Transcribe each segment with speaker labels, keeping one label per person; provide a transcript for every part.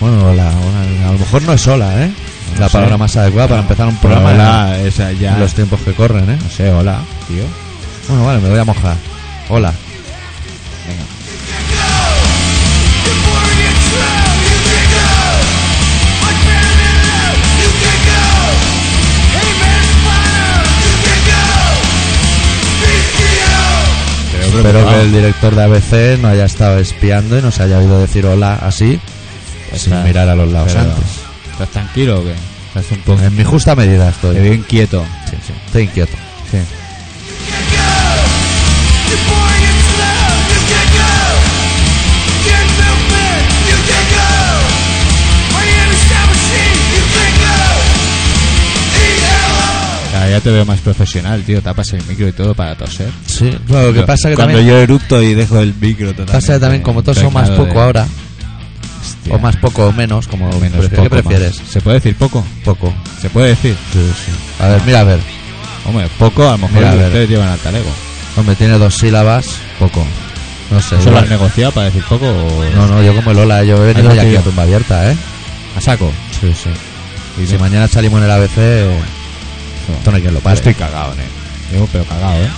Speaker 1: Bueno, ola, ola, a lo mejor no es ola, ¿eh?
Speaker 2: No
Speaker 1: la
Speaker 2: sé.
Speaker 1: palabra más adecuada para
Speaker 2: No,
Speaker 1: empezar un programa
Speaker 2: hola, esa
Speaker 1: en-
Speaker 2: ya.
Speaker 1: en los tiempos que corren, ¿eh?
Speaker 2: No sé, hola, tío.
Speaker 1: Bueno, vale, me voy a mojar. Hola.
Speaker 2: Venga.
Speaker 1: Espero que el director de ABC no haya estado espiando y nos haya oído decir hola así, sin
Speaker 2: está.
Speaker 1: mirar a los lados
Speaker 2: Pero-
Speaker 1: antes.
Speaker 2: ¿Estás tranquilo o qué? Estás un poco.
Speaker 1: En mi justa medida
Speaker 2: Te
Speaker 1: estoy.
Speaker 2: veo inquieto.
Speaker 1: Sí, sí. Estoy inquieto.
Speaker 2: Sí. Cada día te veo más profesional, tío. Tapas el micro y todo para toser.
Speaker 1: Sí. Bueno, lo que pasa que
Speaker 2: Cuando
Speaker 1: también,
Speaker 2: yo erupto y dejo el micro totalmente.
Speaker 1: pasa que también como todos son más
Speaker 2: impregnado
Speaker 1: poco
Speaker 2: de-
Speaker 1: ahora,
Speaker 2: Hostia.
Speaker 1: o más poco o menos, como
Speaker 2: O menos
Speaker 1: prefi-
Speaker 2: poco
Speaker 1: ¿Qué prefieres?
Speaker 2: más. ¿Se puede decir poco?
Speaker 1: Poco.
Speaker 2: ¿Se puede decir?
Speaker 1: A ver, mira, a ver.
Speaker 2: Hombre, poco a lo mejor
Speaker 1: Mira, a ver.
Speaker 2: ustedes llevan al talego.
Speaker 1: Hombre, tiene dos sílabas, poco. No sé.
Speaker 2: ¿Eso lo has
Speaker 1: igual-
Speaker 2: negociado para decir poco o
Speaker 1: No, no, yo como el hola, yo he venido
Speaker 2: Ahí
Speaker 1: ya
Speaker 2: lo
Speaker 1: aquí a
Speaker 2: digo.
Speaker 1: tumba abierta, ¿eh?
Speaker 2: a saco?
Speaker 1: Sí, sí.
Speaker 2: Y
Speaker 1: Y si
Speaker 2: no-
Speaker 1: mañana salimos en el ABC, esto no hay quien lo pare.
Speaker 2: Ahora estoy cagado, ¿eh? Digo, pero cagado, ¿eh?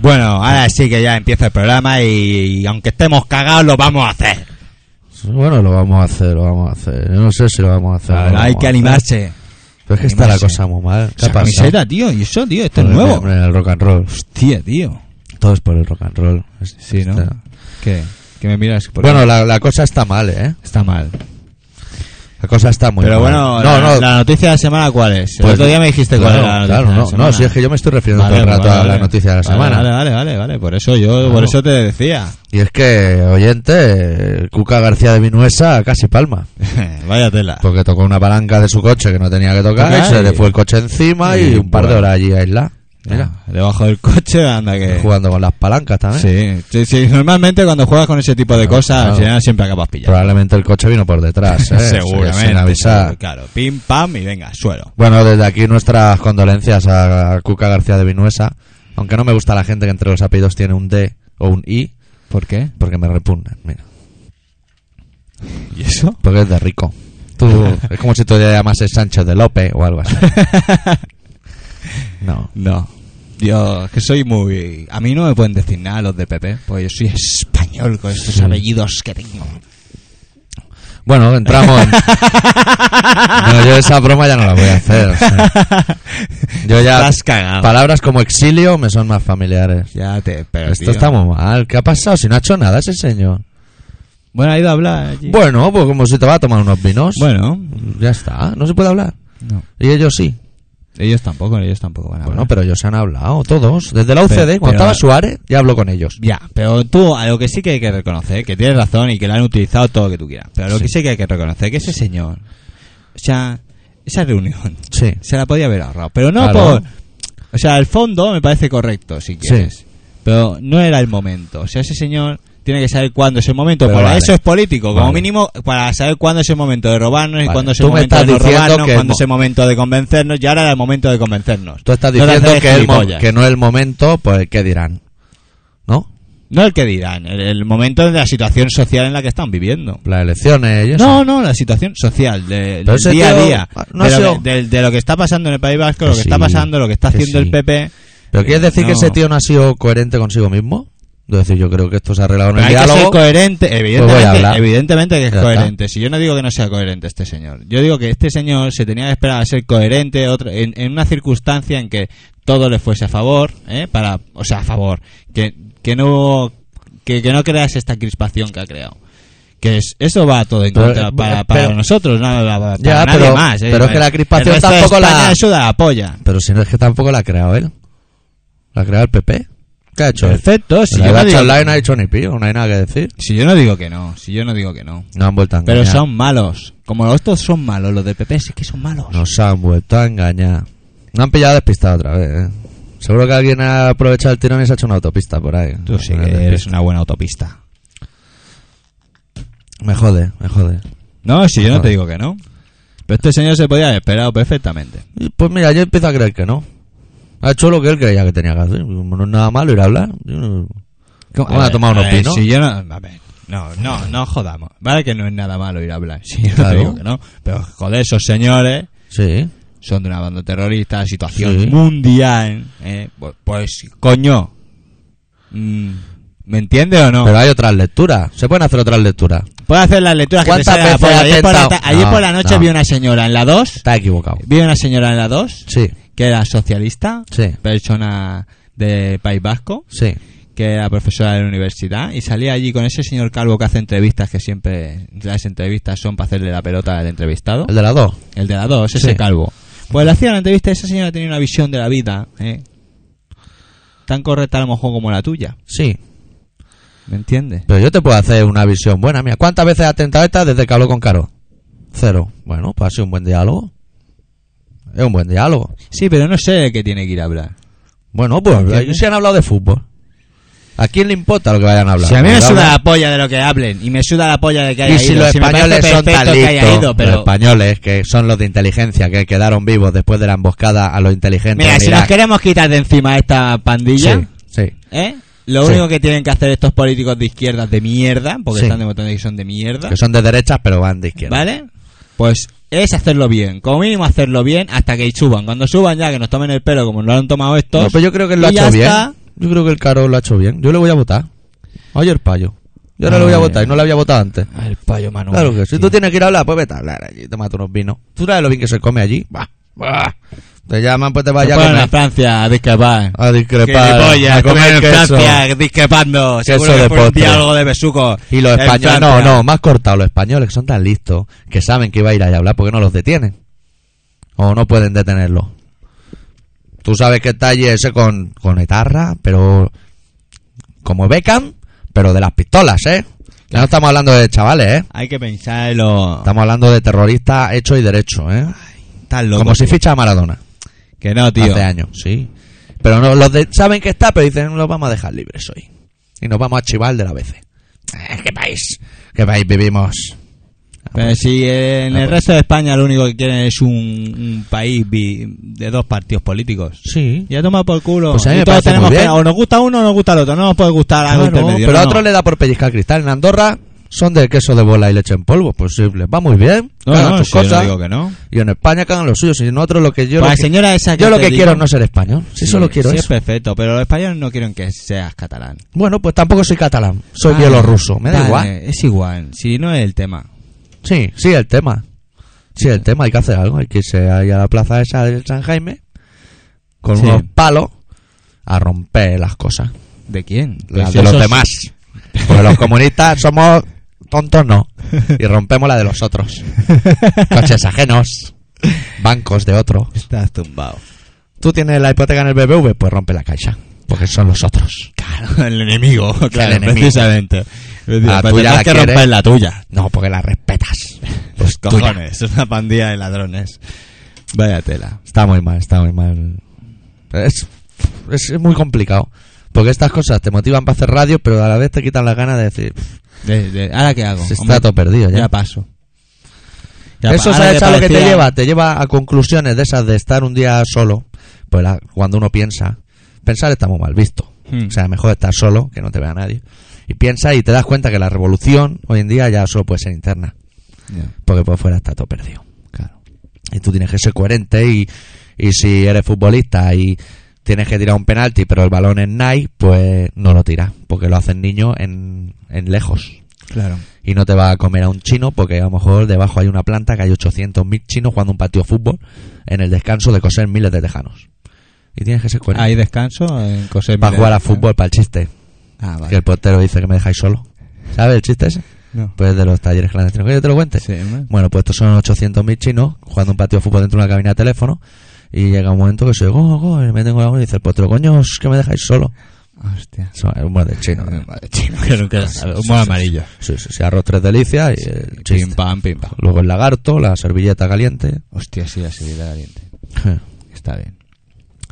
Speaker 2: Bueno, ahora sí que ya empieza el programa y, y aunque estemos cagados lo vamos a hacer.
Speaker 1: Bueno, lo vamos a hacer, lo vamos a hacer. Yo no sé si lo vamos a hacer. o no lo
Speaker 2: hay
Speaker 1: vamos
Speaker 2: que
Speaker 1: a hacer.
Speaker 2: animarse.
Speaker 1: Pero es que está la
Speaker 2: animarse.
Speaker 1: cosa muy mal. ¿Qué ha
Speaker 2: Esa
Speaker 1: pasado?
Speaker 2: camiseta, tío, y eso, tío, esto es
Speaker 1: Por el-
Speaker 2: nuevo.
Speaker 1: hombre, En el rock and roll.
Speaker 2: Hostia, tío.
Speaker 1: Todo es por el rock and roll. Es-
Speaker 2: Sí, ¿no?
Speaker 1: está-
Speaker 2: ¿Qué? ¿Qué me miras? Por-
Speaker 1: Bueno, la, la cosa está mal, ¿eh?
Speaker 2: está mal.
Speaker 1: La cosa está muy
Speaker 2: pero
Speaker 1: mal.
Speaker 2: bueno,
Speaker 1: no,
Speaker 2: la,
Speaker 1: no.
Speaker 2: la noticia de la semana, ¿cuál es?
Speaker 1: pues-
Speaker 2: el otro día me dijiste cuál
Speaker 1: claro,
Speaker 2: era la noticia
Speaker 1: Claro,
Speaker 2: de la
Speaker 1: no,
Speaker 2: semana.
Speaker 1: no, si es que yo me estoy refiriendo
Speaker 2: Vale,
Speaker 1: todo el
Speaker 2: vale,
Speaker 1: rato a
Speaker 2: vale.
Speaker 1: la noticia de la
Speaker 2: Vale,
Speaker 1: semana.
Speaker 2: Vale, vale, vale, vale. Por eso yo, por
Speaker 1: Claro.
Speaker 2: eso te decía.
Speaker 1: Y es que, oyente, el Cuca García de Vinuesa casi palma.
Speaker 2: Vaya tela.
Speaker 1: Porque tocó una palanca de su coche que no tenía que tocar,
Speaker 2: Tocar
Speaker 1: se
Speaker 2: y-
Speaker 1: le fue el coche encima Ah, y,
Speaker 2: y
Speaker 1: un par de
Speaker 2: bueno.
Speaker 1: horas allí aislado. Mira, Eh.
Speaker 2: Ah, debajo del coche, anda que.
Speaker 1: jugando con las palancas también.
Speaker 2: Sí, sí, sí, normalmente cuando juegas con ese tipo de
Speaker 1: ¿eh? Claro,
Speaker 2: cosas, al
Speaker 1: claro.
Speaker 2: final siempre acabas pillado.
Speaker 1: Probablemente el coche vino por detrás, ¿eh?
Speaker 2: Seguramente.
Speaker 1: Sin avisar.
Speaker 2: Claro, pim, pam y venga, suelo.
Speaker 1: Bueno, desde aquí nuestras condolencias a Cuca García de Vinuesa. Aunque no me gusta la gente que entre los apellidos tiene un D o un I,
Speaker 2: ¿Por qué?
Speaker 1: porque me repugnan, mira.
Speaker 2: ¿Y eso?
Speaker 1: Porque es de rico. Tú, es como si tú te llamases Sánchez de López o algo así. No.
Speaker 2: No. Yo es que soy muy... A mí no me pueden decir nada los de PP, porque yo soy español con estos apellidos que tengo.
Speaker 1: Bueno, entramos. en- No, yo esa broma ya no la voy a hacer. o sea. Yo ya.
Speaker 2: Estás cagado.
Speaker 1: Palabras como exilio me son más familiares.
Speaker 2: Ya te... Pero,
Speaker 1: Esto
Speaker 2: tío.
Speaker 1: está muy mal. ¿Qué ha pasado? Si no ha hecho nada ese señor.
Speaker 2: Bueno, ha ido a hablar allí.
Speaker 1: Bueno, pues como si te va a tomar unos vinos.
Speaker 2: Bueno,
Speaker 1: Ya está. No se puede hablar.
Speaker 2: no.
Speaker 1: Y ellos sí.
Speaker 2: Ellos tampoco, ellos tampoco van a
Speaker 1: Bueno,
Speaker 2: hablar.
Speaker 1: pero ellos han hablado, todos. Desde la UCD,
Speaker 2: Pero-
Speaker 1: cuando
Speaker 2: pero-
Speaker 1: estaba Suárez, ya habló con ellos.
Speaker 2: Ya, pero tú, a lo que sí que hay que reconocer, que tienes razón y que lo han utilizado todo lo que tú quieras, pero a lo
Speaker 1: Sí.
Speaker 2: que sí que hay que reconocer, que ese señor, o sea, esa reunión,
Speaker 1: Sí.
Speaker 2: se la podía haber ahorrado, pero no
Speaker 1: Claro.
Speaker 2: por... O sea, el fondo me parece correcto, si quieres, pero no era el momento, o sea, ese señor tiene que saber cuándo es el momento,
Speaker 1: Pero
Speaker 2: para
Speaker 1: vale.
Speaker 2: eso es político, como
Speaker 1: Vale.
Speaker 2: mínimo para saber cuándo es el momento de robarnos y
Speaker 1: Vale.
Speaker 2: cuándo es
Speaker 1: Tú
Speaker 2: el
Speaker 1: me
Speaker 2: momento de
Speaker 1: estás
Speaker 2: no
Speaker 1: diciendo
Speaker 2: robarnos,
Speaker 1: que
Speaker 2: cuándo
Speaker 1: mo-
Speaker 2: es el momento de convencernos, y ahora era el momento de convencernos.
Speaker 1: Tú estás
Speaker 2: No te
Speaker 1: diciendo
Speaker 2: haces
Speaker 1: que, el mo-
Speaker 2: gilipollas.
Speaker 1: que no es el momento, pues, ¿qué dirán? ¿No?
Speaker 2: No el que dirán, el, el momento de la situación social en la que están viviendo.
Speaker 1: Las elecciones, ellos.
Speaker 2: No, no, la situación social, de-
Speaker 1: Pero
Speaker 2: del
Speaker 1: ese
Speaker 2: día a
Speaker 1: tío
Speaker 2: día,
Speaker 1: no ha
Speaker 2: de, lo
Speaker 1: sido-
Speaker 2: que, del- de lo que está pasando en el País Vasco, lo
Speaker 1: Que
Speaker 2: que está
Speaker 1: sí,
Speaker 2: pasando, lo que está
Speaker 1: que
Speaker 2: haciendo
Speaker 1: sí.
Speaker 2: el PP.
Speaker 1: ¿Pero quieres decir
Speaker 2: No.
Speaker 1: que ese tío no ha sido coherente consigo mismo? Es decir, yo creo que esto se ha arreglado en
Speaker 2: Pero
Speaker 1: el
Speaker 2: hay que ser
Speaker 1: diálogo. pues
Speaker 2: coherente,
Speaker 1: voy a
Speaker 2: evidentemente,
Speaker 1: hablar.
Speaker 2: evidentemente que es
Speaker 1: Ya está.
Speaker 2: coherente. Si yo no digo que no sea coherente este señor, yo digo que este señor se tenía que esperar a ser coherente otro- en, en una circunstancia en que todo le fuese a favor, ¿eh? para, o sea, a favor, que, que no que, que no creas esta crispación que ha creado. que es, eso va todo en
Speaker 1: Pero,
Speaker 2: contra
Speaker 1: eh,
Speaker 2: para,
Speaker 1: eh,
Speaker 2: para
Speaker 1: pero-
Speaker 2: nosotros, no para, para
Speaker 1: Ya,
Speaker 2: nadie
Speaker 1: pero-
Speaker 2: más. ¿eh?
Speaker 1: pero es que la crispación
Speaker 2: El resto de
Speaker 1: tampoco la-
Speaker 2: España eso da la polla.
Speaker 1: Pero si no es que tampoco la ha creado él. La ha creado el PP. ¿Qué ha hecho él?
Speaker 2: Perfecto, si
Speaker 1: la
Speaker 2: yo,
Speaker 1: ha
Speaker 2: no
Speaker 1: hecho
Speaker 2: digo,
Speaker 1: online, no ha dicho ni pío, no hay nada que decir.
Speaker 2: si yo no digo que no, si yo no digo que no.
Speaker 1: No han vuelto a engañar.
Speaker 2: Pero son malos. Como estos son malos, los de PP sí que son malos.
Speaker 1: Nos han vuelto a engañar. No han pillado despistado otra vez, ¿eh? Seguro que alguien ha aprovechado el tirón y se ha hecho una autopista por ahí.
Speaker 2: Tú sí
Speaker 1: Una
Speaker 2: que
Speaker 1: despista.
Speaker 2: eres una buena autopista.
Speaker 1: Me jode, me jode.
Speaker 2: No, si yo no
Speaker 1: Joder.
Speaker 2: te digo que no. Pero este señor se podía haber esperado perfectamente.
Speaker 1: Y, Pues mira, yo empiezo a creer que no. Ha hecho lo que él creía que tenía que hacer. Como No es nada malo ir a hablar. Yo no-
Speaker 2: ¿Cómo?
Speaker 1: Bueno,
Speaker 2: A
Speaker 1: ha
Speaker 2: ver,
Speaker 1: tomado
Speaker 2: a
Speaker 1: unos
Speaker 2: ver,
Speaker 1: pinos.
Speaker 2: Eh, Si yo no, a ver, no, no, no jodamos. Vale que no es nada malo ir a hablar. Si yo no te
Speaker 1: Claro.
Speaker 2: digo que no. Pero joder, esos señores
Speaker 1: Sí.
Speaker 2: son de una banda terrorista, situación
Speaker 1: Sí.
Speaker 2: mundial. ¿eh? Pues, pues, coño. Mm, ¿Me entiendes o no?
Speaker 1: Pero hay otras lecturas. Se pueden hacer otras lecturas.
Speaker 2: Puedo hacer las lecturas que te
Speaker 1: ¿Cuántas
Speaker 2: salgan a la
Speaker 1: veces
Speaker 2: polla.
Speaker 1: ha
Speaker 2: Ayer, por la,
Speaker 1: tentado?
Speaker 2: ta- ayer
Speaker 1: No,
Speaker 2: por la noche
Speaker 1: no.
Speaker 2: vi una señora en la 2.
Speaker 1: Está equivocado.
Speaker 2: Vi una señora en la 2
Speaker 1: Sí,
Speaker 2: que era socialista,
Speaker 1: sí,
Speaker 2: persona de País Vasco,
Speaker 1: sí.
Speaker 2: que era profesora de la universidad y salía allí con ese señor calvo que hace entrevistas, que siempre las entrevistas son para hacerle la pelota al entrevistado.
Speaker 1: El de las dos.
Speaker 2: El de la 2, ese
Speaker 1: Sí.
Speaker 2: calvo. Pues le hacía una entrevista y esa señora tenía una visión de la vida, ¿eh? Tan correcta a lo mejor como la tuya,
Speaker 1: Sí.
Speaker 2: ¿me entiendes?
Speaker 1: Pero yo te puedo hacer una visión buena. Mira, ¿cuántas veces has tentado esta desde que habló con Caro? Cero. Bueno, pues ha sido un buen diálogo. Es un buen diálogo.
Speaker 2: Sí, pero no sé de qué tiene que ir a hablar.
Speaker 1: Bueno, pues
Speaker 2: ¿Entiendes?
Speaker 1: si han hablado de fútbol. ¿A quién le importa lo que vayan a hablar?
Speaker 2: Si a mí me
Speaker 1: Porque
Speaker 2: suda
Speaker 1: hablan-
Speaker 2: la polla de lo que hablen y me suda la polla de que haya
Speaker 1: Y
Speaker 2: ido.
Speaker 1: si los
Speaker 2: me
Speaker 1: españoles
Speaker 2: parece
Speaker 1: son tan
Speaker 2: perfecto que haya
Speaker 1: listos,
Speaker 2: ido,
Speaker 1: los
Speaker 2: pero
Speaker 1: españoles que son los de inteligencia que quedaron vivos después de la emboscada a los inteligentes.
Speaker 2: mira,
Speaker 1: en
Speaker 2: si nos
Speaker 1: Irak.
Speaker 2: queremos quitar de encima esta pandilla,
Speaker 1: Sí, sí.
Speaker 2: ¿eh? Lo
Speaker 1: Sí.
Speaker 2: único que tienen que hacer estos políticos de izquierdas de mierda, porque
Speaker 1: Sí.
Speaker 2: están demostrando que son de mierda,
Speaker 1: Que son de derechas pero van de izquierda.
Speaker 2: ¿vale? Pues es hacerlo bien, como mínimo hacerlo bien hasta que suban. Cuando suban ya que nos tomen el pelo como lo han tomado estos.
Speaker 1: No, pero yo creo que él lo
Speaker 2: y
Speaker 1: ha
Speaker 2: ya
Speaker 1: hecho bien.
Speaker 2: está.
Speaker 1: Yo creo que el Caro lo ha hecho bien. Yo le voy a votar. Oye, el payo. Yo ahora le voy a
Speaker 2: Ay.
Speaker 1: votar y no le había votado antes.
Speaker 2: Ay, El payo Manuel.
Speaker 1: claro que si
Speaker 2: tío.
Speaker 1: tú tienes que ir a hablar, pues vete a hablar allí. Te mato unos vinos. Tú sabes lo bien que se come allí. Bah, bah. Te llaman, pues te
Speaker 2: Se
Speaker 1: vayas a
Speaker 2: fueron a
Speaker 1: comer.
Speaker 2: Francia a discrepar.
Speaker 1: A discrepar.
Speaker 2: Gilipollas,
Speaker 1: a comer
Speaker 2: comer en
Speaker 1: queso.
Speaker 2: Francia discrepando.
Speaker 1: Queso
Speaker 2: Seguro
Speaker 1: de
Speaker 2: que fue un
Speaker 1: postre.
Speaker 2: diálogo de besuco.
Speaker 1: Y los
Speaker 2: en
Speaker 1: españoles, no,
Speaker 2: Francia.
Speaker 1: no, más cortado. Los españoles que son tan listos que saben que iba a ir ahí a hablar porque no los detienen. O no pueden detenerlo. Tú sabes que está allí ese con, con etarra, pero como Beckham, pero de las pistolas, ¿eh? Ya no estamos hablando de chavales, ¿eh?
Speaker 2: Hay que pensar en lo...
Speaker 1: Estamos hablando de terroristas hecho y derecho, ¿eh?
Speaker 2: Tan loco.
Speaker 1: Como si ficha a Maradona
Speaker 2: Que no, tío.
Speaker 1: hace años, sí. Pero no, los de- saben que está, pero dicen, los vamos a dejar libres hoy. Y nos vamos a chivar de la veces. ¿Qué país? ¿Qué país vivimos?
Speaker 2: Pero si en
Speaker 1: Ah,
Speaker 2: el
Speaker 1: pues.
Speaker 2: resto de España lo único que quieren es un, un país bi- de dos partidos políticos.
Speaker 1: Sí.
Speaker 2: Ya toma por culo.
Speaker 1: Pues a mí
Speaker 2: Y
Speaker 1: me
Speaker 2: todos
Speaker 1: parece
Speaker 2: tenemos
Speaker 1: muy
Speaker 2: que-
Speaker 1: bien.
Speaker 2: o nos gusta uno o nos gusta el otro. No nos puede gustar algo
Speaker 1: Claro,
Speaker 2: intermedio.
Speaker 1: pero a
Speaker 2: no,
Speaker 1: otros
Speaker 2: no.
Speaker 1: le da por pellizcar cristal. En Andorra son de queso de bola y leche en polvo. Pues sí, les va muy bien.
Speaker 2: No,
Speaker 1: cagan
Speaker 2: no,
Speaker 1: sus
Speaker 2: si yo no
Speaker 1: cosas.
Speaker 2: digo que no.
Speaker 1: Y en España cagan los suyos. Y nosotros lo que yo, lo
Speaker 2: Pues la
Speaker 1: que-
Speaker 2: señora esa que
Speaker 1: yo lo
Speaker 2: te
Speaker 1: que
Speaker 2: digo-
Speaker 1: quiero es no ser español. Si
Speaker 2: Sí,
Speaker 1: solo quiero
Speaker 2: sí, es
Speaker 1: eso.
Speaker 2: perfecto, pero los españoles no quieren que seas catalán.
Speaker 1: Bueno, pues tampoco soy catalán. Soy
Speaker 2: Ah,
Speaker 1: bielorruso. Me da
Speaker 2: vale,
Speaker 1: igual.
Speaker 2: Es igual, si no es el tema.
Speaker 1: Sí, sí, el tema. Sí, el tema. Hay que hacer algo. Hay que irse ahí a la plaza esa del San Jaime con
Speaker 2: Sí.
Speaker 1: unos palos a romper las cosas.
Speaker 2: ¿De quién?
Speaker 1: Las
Speaker 2: Pues
Speaker 1: de los
Speaker 2: esos-
Speaker 1: demás. Porque los comunistas somos tontos, no. Y rompemos la de los otros. Coches ajenos, bancos de otros.
Speaker 2: Estás tumbado.
Speaker 1: Tú tienes la hipoteca en el BBV, pues rompe la caixa. Porque son los otros.
Speaker 2: Claro, el enemigo, claro,
Speaker 1: enemigo.
Speaker 2: precisamente.
Speaker 1: La tuya
Speaker 2: Pero tendrás
Speaker 1: la
Speaker 2: que
Speaker 1: quieres.
Speaker 2: romper la tuya.
Speaker 1: No, porque la respetas. Pues tuya.
Speaker 2: Cojones, una pandilla de ladrones. Vaya tela.
Speaker 1: Está muy mal, está muy mal. Es, es muy complicado. Porque estas cosas te motivan para hacer radio, pero a la vez te quitan las ganas de decir, "Pff,
Speaker 2: De- de- ¿Ahora qué hago?
Speaker 1: se está
Speaker 2: Hombre,
Speaker 1: todo perdido
Speaker 2: ya.
Speaker 1: ya.
Speaker 2: paso.
Speaker 1: Eso
Speaker 2: ahora
Speaker 1: sabes a lo que te
Speaker 2: parecía-
Speaker 1: lleva, te lleva a conclusiones de esas de estar un día solo. Pues la- cuando uno piensa, pensar está muy mal visto.
Speaker 2: Hmm.
Speaker 1: O sea, mejor estar solo, que no te vea nadie. Y piensa y te das cuenta que la revolución hoy en día ya solo puede ser interna,
Speaker 2: Ya,
Speaker 1: porque por fuera está todo perdido.
Speaker 2: claro.
Speaker 1: Y tú tienes que ser coherente y, y si eres futbolista y tienes que tirar un penalti, pero el balón es nice, pues no lo tiras, porque lo hacen niños en, en lejos.
Speaker 2: Claro.
Speaker 1: Y no te va a comer a un chino porque a lo mejor debajo hay una planta que hay 800.000 chinos jugando un partido de fútbol en el descanso de coser miles de tejanos. Y tienes que ser coherente.
Speaker 2: Hay descanso en coser
Speaker 1: para
Speaker 2: miles-
Speaker 1: jugar a fútbol, para el chiste.
Speaker 2: Ah, vale.
Speaker 1: Que el portero dice que me dejáis solo. ¿Sabes el chiste ese?
Speaker 2: No.
Speaker 1: Pues de los talleres clandestinos. ¿Quieres que te lo cuente?
Speaker 2: Sí, ¿no?
Speaker 1: Bueno, pues estos son 800.000 chinos jugando un partido de fútbol dentro de una cabina de teléfono. Y llega un momento que se go, go, y me tengo la mano y dice, pues otro coño, es que me dejáis solo.
Speaker 2: Hostia.
Speaker 1: Eso es humor de chino.
Speaker 2: No, madre chino, que nunca lo sabe. Humor amarillo. Eh,
Speaker 1: Sí, sí, sí, arroz tres delicias y el
Speaker 2: Pim
Speaker 1: chiste.
Speaker 2: pam, pim pam.
Speaker 1: Luego el lagarto, la servilleta caliente.
Speaker 2: Hostia, sí, la seguridad caliente. Está bien.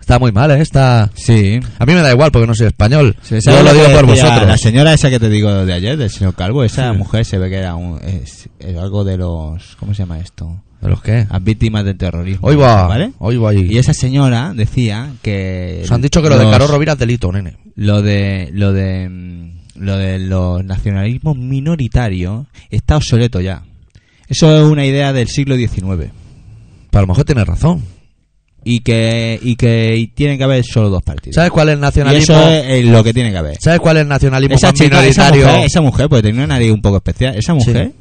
Speaker 1: Está muy mal, ¿eh? Está...
Speaker 2: Sí.
Speaker 1: A mí me da igual porque no soy español.
Speaker 2: Sí, ¿sabes
Speaker 1: Yo lo
Speaker 2: que
Speaker 1: digo por
Speaker 2: decía
Speaker 1: vosotros.
Speaker 2: La señora esa que te digo de ayer, del señor Calvo, esa mujer se ve que era un, es- es algo de los. ¿Cómo se llama esto?
Speaker 1: ¿De los qué?
Speaker 2: Las víctimas del terrorismo.
Speaker 1: Hoy va.
Speaker 2: ¿Vale?
Speaker 1: Hoy va.
Speaker 2: Y esa señora decía que.
Speaker 1: Se han dicho que lo de
Speaker 2: los-
Speaker 1: Caro Rovira es delito, nene.
Speaker 2: Lo de. Lo de. mm, Lo de los nacionalismos minoritarios está obsoleto ya. Eso es una idea del siglo XIX.
Speaker 1: Pero a lo mejor tienes razón.
Speaker 2: Y que, y que y tiene que haber solo dos partidos.
Speaker 1: ¿Sabes cuál es el
Speaker 2: Y
Speaker 1: nacionalismo?
Speaker 2: eso es eh, lo que tiene que haber.
Speaker 1: ¿Sabes cuál es el nacionalismo
Speaker 2: esa
Speaker 1: más
Speaker 2: chica, esa
Speaker 1: minoritario?
Speaker 2: mujer, esa mujer, porque tenía una nariz un poco especial. Esa mujer,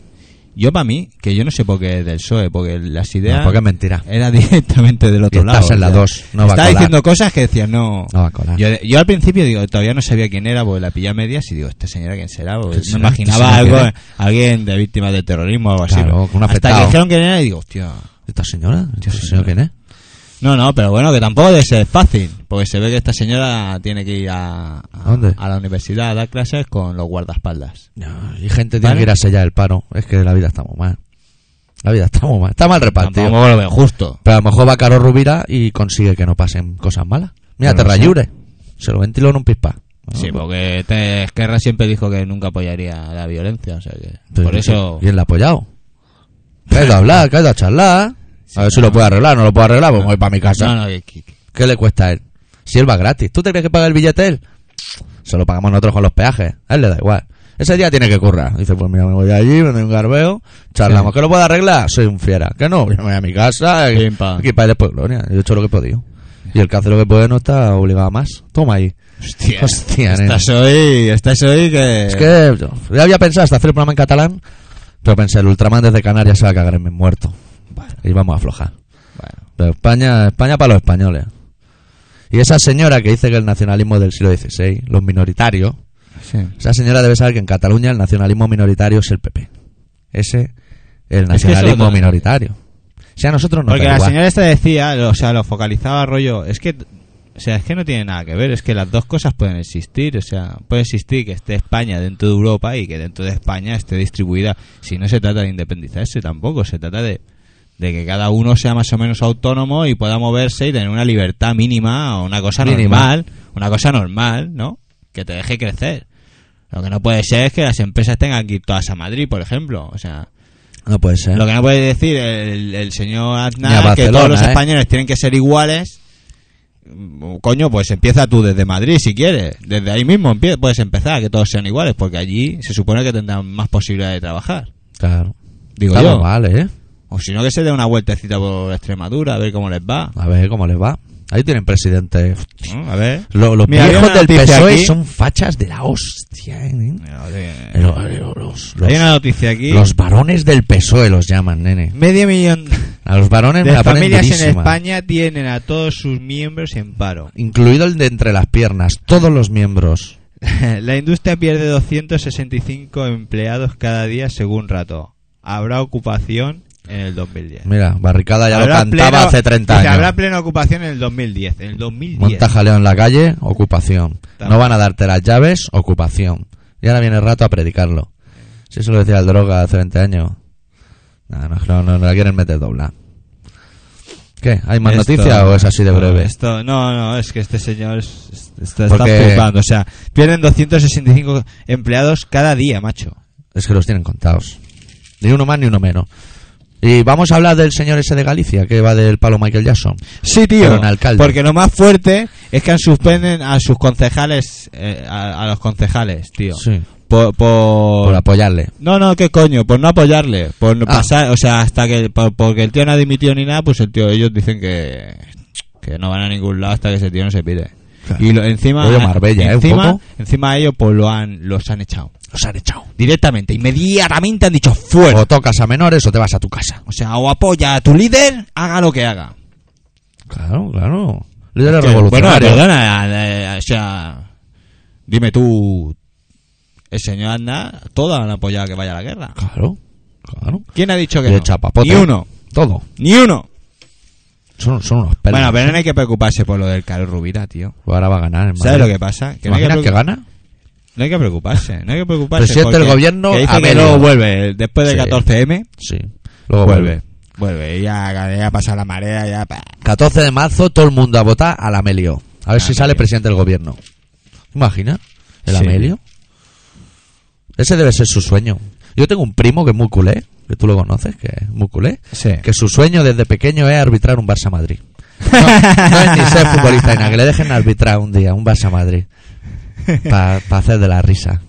Speaker 2: yo para mí, que yo no sé por qué es del PSOE, E, porque las ideas
Speaker 1: No, porque es mentira.
Speaker 2: era directamente del otro
Speaker 1: Y estás
Speaker 2: lado.
Speaker 1: en la dos, no va a
Speaker 2: estaba
Speaker 1: colar.
Speaker 2: diciendo cosas que decía no.
Speaker 1: No va a colar.
Speaker 2: Yo, yo al principio digo, todavía no sabía quién era, porque la pillé a medias y digo, ¿esta señora quién será? Porque
Speaker 1: ¿Quién será?
Speaker 2: me imaginaba
Speaker 1: ¿Esta señora
Speaker 2: algo,
Speaker 1: quién
Speaker 2: alguien de víctimas de terrorismo o algo
Speaker 1: Claro, un
Speaker 2: así. Hasta que
Speaker 1: afectado.
Speaker 2: dijeron quién era y digo, hostia.
Speaker 1: ¿Esta señora? ¿Esta
Speaker 2: Sí,
Speaker 1: señora quién es?
Speaker 2: No, no, pero bueno, que tampoco debe ser fácil, porque se ve que esta señora tiene que ir a, a-
Speaker 1: ¿A dónde?
Speaker 2: a la universidad a dar clases con los guardaespaldas.
Speaker 1: No, y gente tiene
Speaker 2: ¿Vale?
Speaker 1: que ir a sellar el paro. Es que la vida está muy mal. La vida está muy mal. Está mal repartido.
Speaker 2: Tampoco lo veo justo.
Speaker 1: Pero a lo mejor va Caro Rubira y consigue que no pasen cosas malas. Mira,
Speaker 2: No lo
Speaker 1: Terra
Speaker 2: sé.
Speaker 1: Lliure. Se lo ventiló en un pispa. Bueno,
Speaker 2: Sí, porque te- Esquerra siempre dijo que nunca apoyaría la violencia, o sea que...
Speaker 1: pues,
Speaker 2: por eso...
Speaker 1: Y él la ha apoyado. Que ha ido a hablar, que ha ido a charlar. A ver si lo puede arreglar, no lo puede arreglar, pues me voy para mi casa.
Speaker 2: No, no, que- que- que-
Speaker 1: ¿Qué le cuesta a él? Si él va gratis. ¿Tú te crees que paga el billete él? Se lo pagamos nosotros con los peajes. A él le da igual. Ese día tiene que currar. Dice, pues mira, me voy allí, me doy un garbeo, charlamos.
Speaker 2: Sí.
Speaker 1: ¿Que lo puedo arreglar? Soy un fiera. ¿Que no? Yo me voy a mi casa. eh,
Speaker 2: Pim, pam.
Speaker 1: Aquí para después gloria. Yo he hecho lo que he podido. Y el que hace lo que puede no está obligado a más. Toma ahí.
Speaker 2: Hostia,
Speaker 1: Hostia, nena.
Speaker 2: estás hoy, estás hoy que...
Speaker 1: Es que yo ya había pensado hasta hacer el programa en catalán, pero pensé, el Ultraman desde Canarias se va a cagar en mi muerto.
Speaker 2: Bueno,
Speaker 1: Y vamos a aflojar.
Speaker 2: bueno.
Speaker 1: Pero España, España para los españoles. Y esa señora que dice que el nacionalismo es del siglo XVI, los minoritarios,
Speaker 2: Sí.
Speaker 1: esa señora debe saber que en Cataluña el nacionalismo minoritario es el PP. Ese el
Speaker 2: Es que eso
Speaker 1: nacionalismo
Speaker 2: lo-
Speaker 1: minoritario. O sea, a nosotros nos
Speaker 2: Porque
Speaker 1: da
Speaker 2: la
Speaker 1: igual.
Speaker 2: señora esta decía, lo- o sea, lo focalizaba rollo, es que, o sea, es que no tiene nada que ver, es que las dos cosas pueden existir, o sea, puede existir que esté España dentro de Europa y que dentro de España esté distribuida, si no se trata de independizarse tampoco, se trata de, de que cada uno sea más o menos autónomo y pueda moverse y tener una libertad mínima o una cosa
Speaker 1: Mínima.
Speaker 2: normal, una cosa normal, ¿no? Que te deje crecer. Lo que no puede ser es que las empresas tengan que ir todas a Madrid, por ejemplo, o sea...
Speaker 1: No puede ser.
Speaker 2: Lo que no puede decir el, el señor
Speaker 1: Ni a
Speaker 2: Aznar que
Speaker 1: Barcelona,
Speaker 2: todos los
Speaker 1: ¿eh?
Speaker 2: españoles tienen que ser iguales. Mm, Coño, pues empieza tú desde Madrid si quieres. Desde ahí mismo empie- puedes empezar, que todos sean iguales, porque allí se supone que tendrán más posibilidades de trabajar.
Speaker 1: Claro.
Speaker 2: Digo
Speaker 1: Claro,
Speaker 2: yo.
Speaker 1: vale, ¿eh?
Speaker 2: O si no, que se dé una vueltecita por Extremadura, a ver cómo les va.
Speaker 1: A ver cómo les va. Ahí tienen presidente.
Speaker 2: ¿no? A ver.
Speaker 1: Lo- los
Speaker 2: Mira, hay
Speaker 1: viejos
Speaker 2: una
Speaker 1: del
Speaker 2: noticia
Speaker 1: PSOE
Speaker 2: aquí.
Speaker 1: E son fachas de la hostia. ¿eh?
Speaker 2: Mira, oye,
Speaker 1: Pero, eh, los, los-
Speaker 2: Hay una noticia aquí.
Speaker 1: los varones del PSOE E los llaman, nene.
Speaker 2: Medio millón
Speaker 1: A los varones me
Speaker 2: de
Speaker 1: la ponen
Speaker 2: familias en
Speaker 1: durísima.
Speaker 2: España tienen a todos sus miembros en paro.
Speaker 1: incluido el de entre las piernas, todos los miembros.
Speaker 2: La industria pierde 265 empleados cada día según rato. Habrá ocupación en el 2010.
Speaker 1: Mira, barricada ya lo cantaba
Speaker 2: pleno-
Speaker 1: hace 30
Speaker 2: dice,
Speaker 1: años.
Speaker 2: Habrá plena ocupación en el 2010. En el 2010.
Speaker 1: Monta jaleo en la calle, ocupación.
Speaker 2: También.
Speaker 1: No van a darte las llaves, ocupación. Y ahora viene el rato a predicarlo. Si eso lo decía el droga hace 20 años. No, no, no, no, la quieren meter dobla. ¿Qué? ¿Hay más
Speaker 2: Esto-
Speaker 1: noticias o es así de
Speaker 2: no,
Speaker 1: breve?
Speaker 2: esto- no, no, es que este señor es- es- está, está
Speaker 1: Porque-
Speaker 2: flipando. O sea, pierden 265 empleados cada día, macho.
Speaker 1: Es que los tienen contados. Ni uno más ni uno menos. Y vamos a hablar del señor ese de Galicia, que va del palo Michael Jackson.
Speaker 2: Sí, tío.
Speaker 1: Pero un alcalde.
Speaker 2: Porque lo más fuerte es que han suspenden a sus concejales, eh, a, a los concejales, tío.
Speaker 1: Sí.
Speaker 2: Por-
Speaker 1: Por apoyarle.
Speaker 2: No, no, qué coño, por no apoyarle, por no
Speaker 1: Ah.
Speaker 2: pasar, o sea, hasta que, por- porque el tío no ha dimitido ni nada, pues el tío, ellos dicen que, que no van a ningún lado hasta que ese tío no se pide.
Speaker 1: Claro.
Speaker 2: Y lo- encima,
Speaker 1: Rollo Marbella, ¿eh? Un
Speaker 2: encima,
Speaker 1: poco.
Speaker 2: encima ellos pues lo han, los han echado.
Speaker 1: Los han echado.
Speaker 2: Directamente, inmediatamente han dicho fuera.
Speaker 1: O tocas a menores o te vas a tu casa.
Speaker 2: O sea, o apoya a tu líder, haga lo que haga.
Speaker 1: Claro, claro. Líderes
Speaker 2: Que, bueno,
Speaker 1: revolucionarios.
Speaker 2: perdona, eh, eh, o sea, dime tú, el señor Aznar, todos han apoyado que vaya a la guerra.
Speaker 1: Claro, claro.
Speaker 2: ¿Quién ha dicho que
Speaker 1: Y el
Speaker 2: no?
Speaker 1: chapapote.
Speaker 2: Ni uno,
Speaker 1: Todo.
Speaker 2: ni uno.
Speaker 1: Son, son unos perros.
Speaker 2: bueno, pero no hay que preocuparse por lo del Carlos Rubira, tío.
Speaker 1: Ahora va a ganar. en
Speaker 2: ¿Sabes
Speaker 1: Madrid.
Speaker 2: lo que pasa?
Speaker 1: ¿Te
Speaker 2: no hay
Speaker 1: imaginas que
Speaker 2: preocup-
Speaker 1: gana?
Speaker 2: No hay que preocuparse, no hay que preocuparse.
Speaker 1: Presidente del
Speaker 2: porque-
Speaker 1: gobierno
Speaker 2: que dice
Speaker 1: a
Speaker 2: que
Speaker 1: medio.
Speaker 2: no vuelve. Después del
Speaker 1: Sí.
Speaker 2: 14M,
Speaker 1: Sí. Luego
Speaker 2: vuelve.
Speaker 1: vuelve.
Speaker 2: Vuelve, ya, ya ha pasado la marea, ya... pa.
Speaker 1: 14 de marzo, todo el mundo a votar al Amelio. A ver si
Speaker 2: Amelio.
Speaker 1: sale presidente del gobierno. ¿Imagina? ¿El
Speaker 2: Ah, Sí.
Speaker 1: Amelio? Ese debe ser su sueño. Yo tengo un primo que es muy culé, que tú lo conoces, que es muy culé,
Speaker 2: Sí.
Speaker 1: que su sueño desde pequeño es arbitrar un Barça Madrid. No, no es ni ser futbolista ni nada, que le dejen arbitrar un día un Barça Madrid para hacer de la risa.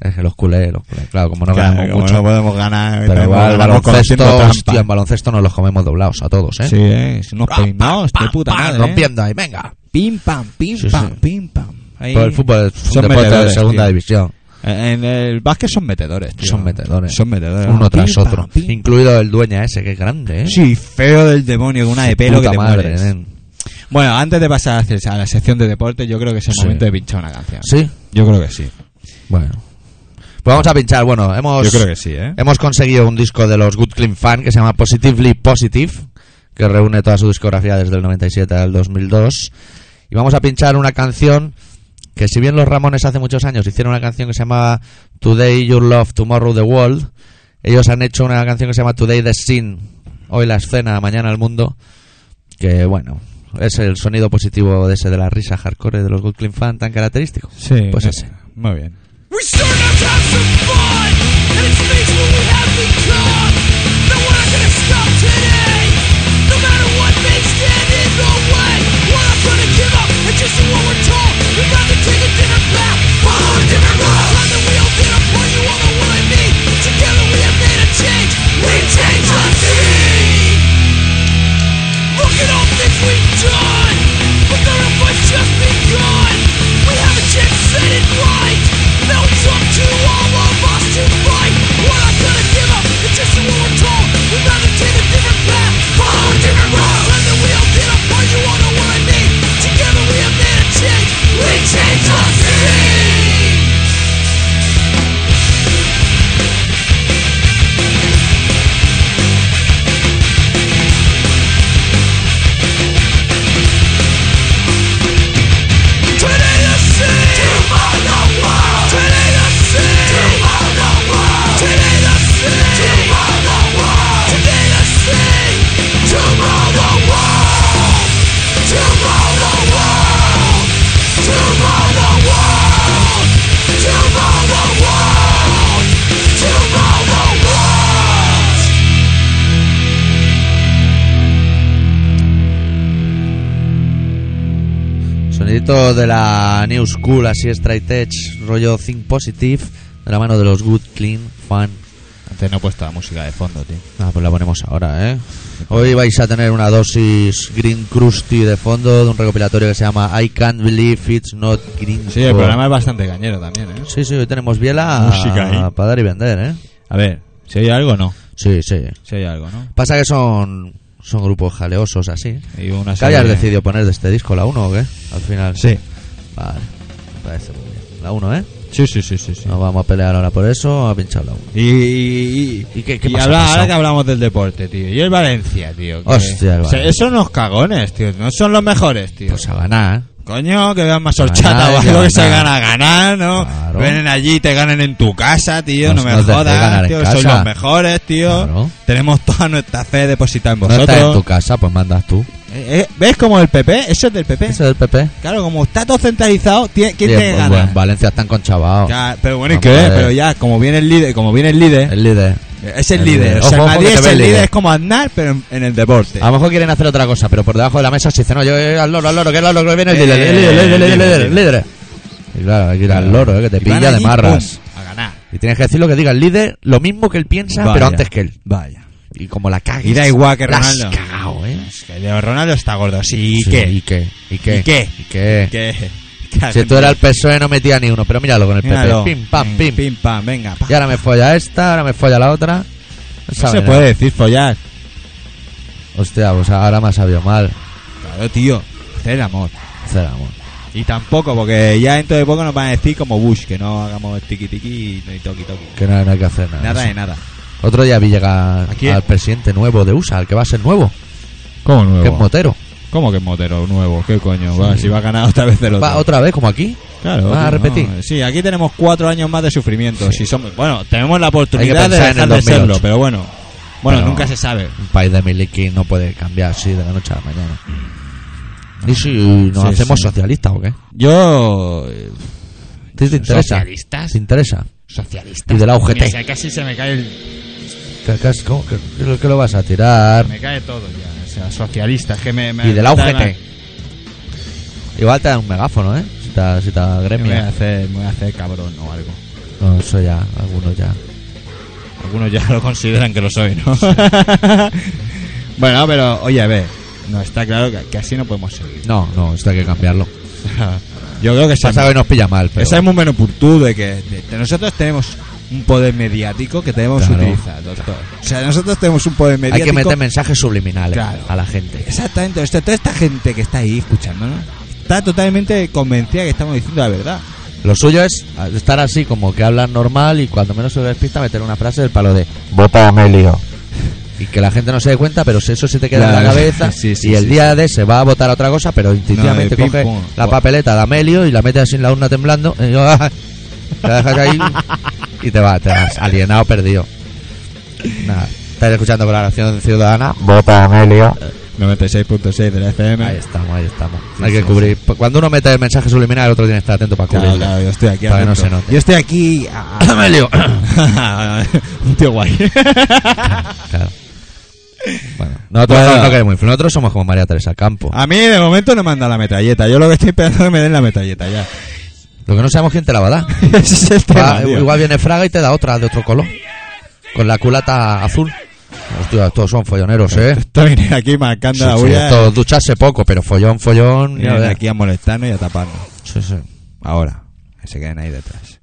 Speaker 1: Es que los culés, los culés. Claro, como no
Speaker 2: Claro,
Speaker 1: ganamos
Speaker 2: como
Speaker 1: mucho.
Speaker 2: no podemos ganar,
Speaker 1: pero
Speaker 2: tenemos-
Speaker 1: igual, el
Speaker 2: ganamos conociendo
Speaker 1: baloncesto,
Speaker 2: trampa.
Speaker 1: hostia, en baloncesto nos los comemos doblados a todos, ¿eh?
Speaker 2: Sí, eh, si unos
Speaker 1: Pam,
Speaker 2: peinados,
Speaker 1: pam,
Speaker 2: de puta
Speaker 1: pam,
Speaker 2: madre. eh.
Speaker 1: Rompiendo ahí, venga.
Speaker 2: Pim pam, pim
Speaker 1: Sí,
Speaker 2: pam,
Speaker 1: sí.
Speaker 2: pim pam. Ahí-
Speaker 1: Todo el fútbol es
Speaker 2: Son
Speaker 1: un deporte de
Speaker 2: metedores,
Speaker 1: segunda
Speaker 2: tío.
Speaker 1: división.
Speaker 2: Eh, En el básquet son metedores, tío.
Speaker 1: Son metedores.
Speaker 2: Son metedores.
Speaker 1: Uno tras
Speaker 2: Ah. Pim, pam,
Speaker 1: otro.
Speaker 2: pim.
Speaker 1: Incluido el dueña ese, que es grande, ¿eh?
Speaker 2: Sí, feo del demonio, con una de pelo que
Speaker 1: Puta
Speaker 2: te
Speaker 1: madre, ¿eh?
Speaker 2: mueres.
Speaker 1: nen.
Speaker 2: Bueno, antes de pasar hacia- a la sección de deporte, yo creo que es el
Speaker 1: Sí.
Speaker 2: momento de pinchar una canción.
Speaker 1: Sí.
Speaker 2: Yo creo que sí.
Speaker 1: Bueno. Pues vamos a pinchar. Bueno, hemos,
Speaker 2: Yo creo que sí, ¿eh?
Speaker 1: hemos conseguido un disco de los Good Clean Fan que se llama Positively Positive, que reúne toda su discografía desde el 97 al 2002. Y vamos a pinchar una canción que si bien los Ramones hace muchos años hicieron una canción que se llamaba Today Your Love, Tomorrow the World, ellos han hecho una canción que se llama Today the Scene, hoy la escena, mañana el mundo, que bueno, es el sonido positivo de ese de la risa hardcore de los Good Clean Fan tan característico.
Speaker 2: Sí. eh,
Speaker 1: Pues
Speaker 2: me-
Speaker 1: ese.
Speaker 2: Muy bien.
Speaker 3: We sure enough have some fun, and it's space when we have become. No, we're not gonna stop today. No matter what may stand in the way, we're not gonna give up. It's just what we're told. We'd rather take a different path, follow a different road. Turn the wheel, then I'll point you all the what I mean. Together we have made a change. We change the scene. Look at all things we've done, but none of us just begun. We have a chance to set it right. Now it's up to all of us to fight. We're not gonna give up. It's just what we're told. We'd rather take a different path, follow a different road. Turn the wheel, then I'll point you all to what I mean. Together we have made a change. We change the scene.
Speaker 1: Sonidito de la New School, así straight edge, rollo Think Positive, de la mano de los Good Clean Fan.
Speaker 2: Antes no he puesto la música de fondo, tío.
Speaker 1: Ah, pues la ponemos ahora, ¿eh? Hoy vais a tener una dosis Green Crusty de fondo de un recopilatorio que se llama I Can't Believe It's Not Green.
Speaker 2: Sí, el
Speaker 1: Core.
Speaker 2: programa es bastante cañero también, ¿eh?
Speaker 1: Sí, sí, hoy tenemos biela
Speaker 2: Música ahí.
Speaker 1: para dar y vender, ¿eh?
Speaker 2: A ver, ¿se oye algo o no?
Speaker 1: Sí, sí.
Speaker 2: Se oye algo, ¿no?
Speaker 1: Pasa que son, son grupos jaleosos así.
Speaker 2: Y una
Speaker 1: ¿Qué
Speaker 2: serie-
Speaker 1: habías decidido poner de este disco, la 1 o qué? Al final.
Speaker 2: Sí.
Speaker 1: Vale, me parece muy bien. La 1, ¿eh?
Speaker 2: Sí, sí, sí, sí. sí.
Speaker 1: No vamos a pelear ahora por eso, a pinchar la 1.
Speaker 2: Y, y,
Speaker 1: ¿Y qué- qué
Speaker 2: y
Speaker 1: pasa,
Speaker 2: habla-
Speaker 1: pasa?
Speaker 2: ahora que hablamos del deporte, tío. Y el Valencia, tío. que-
Speaker 1: Hostia, el
Speaker 2: o sea,
Speaker 1: Valencia.
Speaker 2: esos son los cagones, tío. No son los mejores, tío.
Speaker 1: Pues a ganar.
Speaker 2: Coño, que vean más
Speaker 1: Ganar,
Speaker 2: horchata o
Speaker 1: que
Speaker 2: algo que se
Speaker 1: ganar.
Speaker 2: gana a ganar, ¿no?
Speaker 1: Claro.
Speaker 2: Vienen allí y te ganan en tu casa, tío. No,
Speaker 1: Nos-
Speaker 2: me
Speaker 1: nos dejéis ganar
Speaker 2: jodas,
Speaker 1: en
Speaker 2: tío. Sois
Speaker 1: casa.
Speaker 2: los mejores, tío.
Speaker 1: Claro.
Speaker 2: Tenemos toda nuestra fe depositada en
Speaker 1: No
Speaker 2: vosotros.
Speaker 1: estás en tu casa, pues mandas tú.
Speaker 2: Eh, eh, ¿Ves como el PP? Eso es del PP.
Speaker 1: ¿Eso del PP?
Speaker 2: Claro, como está todo centralizado, tiene- ¿quién
Speaker 1: Bien,
Speaker 2: tiene
Speaker 1: pues,
Speaker 2: ganas?
Speaker 1: bueno, en Valencia están conchavados.
Speaker 2: Ya, ¿eh? pero bueno, ¿y
Speaker 1: Vamos
Speaker 2: qué?
Speaker 1: a ver.
Speaker 2: Pero ya, como viene el líder, como viene el líder,
Speaker 1: El líder.
Speaker 2: es el,
Speaker 1: el
Speaker 2: líder.
Speaker 1: líder.
Speaker 2: O sea,
Speaker 1: Ojo, ojo,
Speaker 2: Madrid
Speaker 1: que te Ah,
Speaker 2: es
Speaker 1: ve
Speaker 2: el
Speaker 1: el
Speaker 2: líder,
Speaker 1: líder.
Speaker 2: es como andar, pero en, en el deporte.
Speaker 1: A lo mejor quieren hacer otra cosa, pero por debajo de la mesa se dice, no, yo eh, al loro, al loro, que es al loro, que viene el
Speaker 2: Eh,
Speaker 1: líder, el líder, el líder, el líder, el
Speaker 2: líder.
Speaker 1: líder. Y claro, hay que ir al loro, eh, que te
Speaker 2: Y van
Speaker 1: pilla de
Speaker 2: allí,
Speaker 1: marras.
Speaker 2: pum, A ganar.
Speaker 1: Y tienes que decir lo que diga el líder, lo mismo que él piensa,
Speaker 2: Vaya,
Speaker 1: pero antes que él.
Speaker 2: Vaya.
Speaker 1: Y como la cagues.
Speaker 2: Y da igual que
Speaker 1: la has
Speaker 2: Ronaldo.
Speaker 1: cagao, eh.
Speaker 2: Es que Leo Ronaldo está gordo, sí. ¿Y
Speaker 1: Sí,
Speaker 2: qué?
Speaker 1: ¿Y qué? ¿Y qué?
Speaker 2: ¿Y qué?
Speaker 1: ¿Y qué?
Speaker 2: ¿Qué?
Speaker 1: Si tú eras el PSOE E, no metía ni uno, pero míralo con el PP.
Speaker 2: Míralo.
Speaker 1: Pim, pam,
Speaker 2: Venga,
Speaker 1: pim.
Speaker 2: Pim, pam, venga. pa.
Speaker 1: Y ahora me folla esta, ahora me folla la otra. eh? No
Speaker 2: no
Speaker 1: sabe
Speaker 2: se
Speaker 1: nada.
Speaker 2: puede decir follar.
Speaker 1: Hostia, pues ahora me ha sabido mal.
Speaker 2: Claro, tío. Hacer el amor.
Speaker 1: Hacer amor.
Speaker 2: Y tampoco, porque ya dentro de poco nos van a decir como Bush, que no hagamos tiki tiki y toqui toqui.
Speaker 1: Que nada, no hay que hacer nada.
Speaker 2: Nada
Speaker 1: Eso.
Speaker 2: de nada.
Speaker 1: Otro día vi llegar
Speaker 2: ¿A quién?
Speaker 1: al presidente nuevo de USA, al que va a ser nuevo,
Speaker 2: ¿Cómo nuevo?
Speaker 1: que es Motero.
Speaker 2: ¿Cómo que Motero nuevo? ¿Qué coño? Va, si va a ganar otra vez el otro.
Speaker 1: Va otra vez, como aquí.
Speaker 2: Claro,
Speaker 1: va a
Speaker 2: tío,
Speaker 1: repetir.
Speaker 2: no. Sí, aquí tenemos cuatro años más de sufrimiento. Si somos, bueno, tenemos la oportunidad de
Speaker 1: pensar en el
Speaker 2: dejar de serlo,
Speaker 1: 2008.
Speaker 2: pero bueno. Bueno,
Speaker 1: Pero-
Speaker 2: nunca se sabe.
Speaker 1: Un país de Miliki no puede cambiar así de la noche a la mañana. ¿Y si nos
Speaker 2: Mm. Sí,
Speaker 1: hacemos
Speaker 2: sí.
Speaker 1: socialistas o qué?
Speaker 2: Yo. eh,
Speaker 1: ¿Te, te interesa?
Speaker 2: ¿Socialistas?
Speaker 1: ¿Te interesa?
Speaker 2: Socialista.
Speaker 1: Y de la UGT.
Speaker 2: O sea, casi se me cae el-
Speaker 1: ¿Qué, qué es- cómo- qué- qué lo- qué lo vas a tirar?
Speaker 2: Me cae todo ya. O sea, socialista. Es que me. me-
Speaker 1: Y de la
Speaker 2: me-
Speaker 1: UGT. Igual te dan un megáfono, ¿eh? Si te, si te
Speaker 2: Me voy a
Speaker 1: agremia.
Speaker 2: hacer, me voy a hacer cabrón o algo.
Speaker 1: No, eso ya, algunos ya.
Speaker 2: Algunos ya lo consideran que lo soy, ¿no? bueno, pero oye, a ver, no está claro que, que así no podemos seguir.
Speaker 1: No, no, esto hay que cambiarlo.
Speaker 2: Yo creo que esa,
Speaker 1: Pasa que nos pilla mal, Pues pero...
Speaker 2: esa es muy menupuntud de que de- de nosotros tenemos un poder mediático que debemos
Speaker 1: Claro.
Speaker 2: utilizar, doctor. O sea, nosotros tenemos un poder
Speaker 1: Hay
Speaker 2: mediático.
Speaker 1: que meter mensajes subliminales
Speaker 2: Claro.
Speaker 1: a la gente.
Speaker 2: Exactamente, o sea, toda esta gente que está ahí escuchándonos está totalmente convencida que estamos diciendo la verdad.
Speaker 1: Lo suyo es estar así como que hablan normal y cuando menos se despista meter una frase del palo de
Speaker 4: Vota a Melio.
Speaker 1: y que la gente no se dé cuenta, pero si eso se te queda en
Speaker 2: Claro,
Speaker 1: la cabeza
Speaker 2: sí, sí,
Speaker 1: y el
Speaker 2: sí,
Speaker 1: día de se va a votar otra cosa, pero instintivamente
Speaker 2: No, de
Speaker 1: coge
Speaker 2: ping-pong.
Speaker 1: la
Speaker 2: Buah.
Speaker 1: papeleta de Amelio y la metes así en la urna temblando y, "Ah", la dejas ahí y te vas, te vas alienado, perdido. Nada, estáis escuchando por la Nación Ciudadana.
Speaker 4: Vota a Melio.
Speaker 2: 96.6 de la FM.
Speaker 1: Ahí estamos, ahí estamos.
Speaker 2: Mm. Sí,
Speaker 1: Hay que
Speaker 2: sí,
Speaker 1: cubrir. Cuando uno mete el mensaje subliminal, el otro tiene que estar atento para
Speaker 2: Claro,
Speaker 1: cubrirlo.
Speaker 2: claro, yo estoy aquí.
Speaker 1: Para que no
Speaker 2: atento.
Speaker 1: se note.
Speaker 2: Yo estoy aquí. a- a-
Speaker 1: Amelio.
Speaker 2: Un tío guay.
Speaker 1: Claro. Bueno, nosotros
Speaker 2: Bueno.
Speaker 1: no- no queremos influir. Nosotros somos como María Teresa Campo.
Speaker 2: A mí de momento no me han dado la metralleta. Yo lo que estoy esperando es que me den la metralleta ya. Este
Speaker 1: Lo que no sabemos quién te la va a dar.
Speaker 2: Ese es el tema.
Speaker 1: Va-
Speaker 2: tío.
Speaker 1: igual viene Fraga y te da otra de otro color. Con la culata azul. Hostia, todos son folloneros, ¿eh?
Speaker 2: Esto viene aquí
Speaker 1: Sí,
Speaker 2: marcando la
Speaker 1: sí,
Speaker 2: huella.
Speaker 1: todos ducharse poco, pero follón, follón. ya
Speaker 2: vienen
Speaker 1: ves.
Speaker 2: aquí a molestarnos y a taparnos.
Speaker 1: Sí, sí.
Speaker 2: Ahora. Que se queden ahí detrás.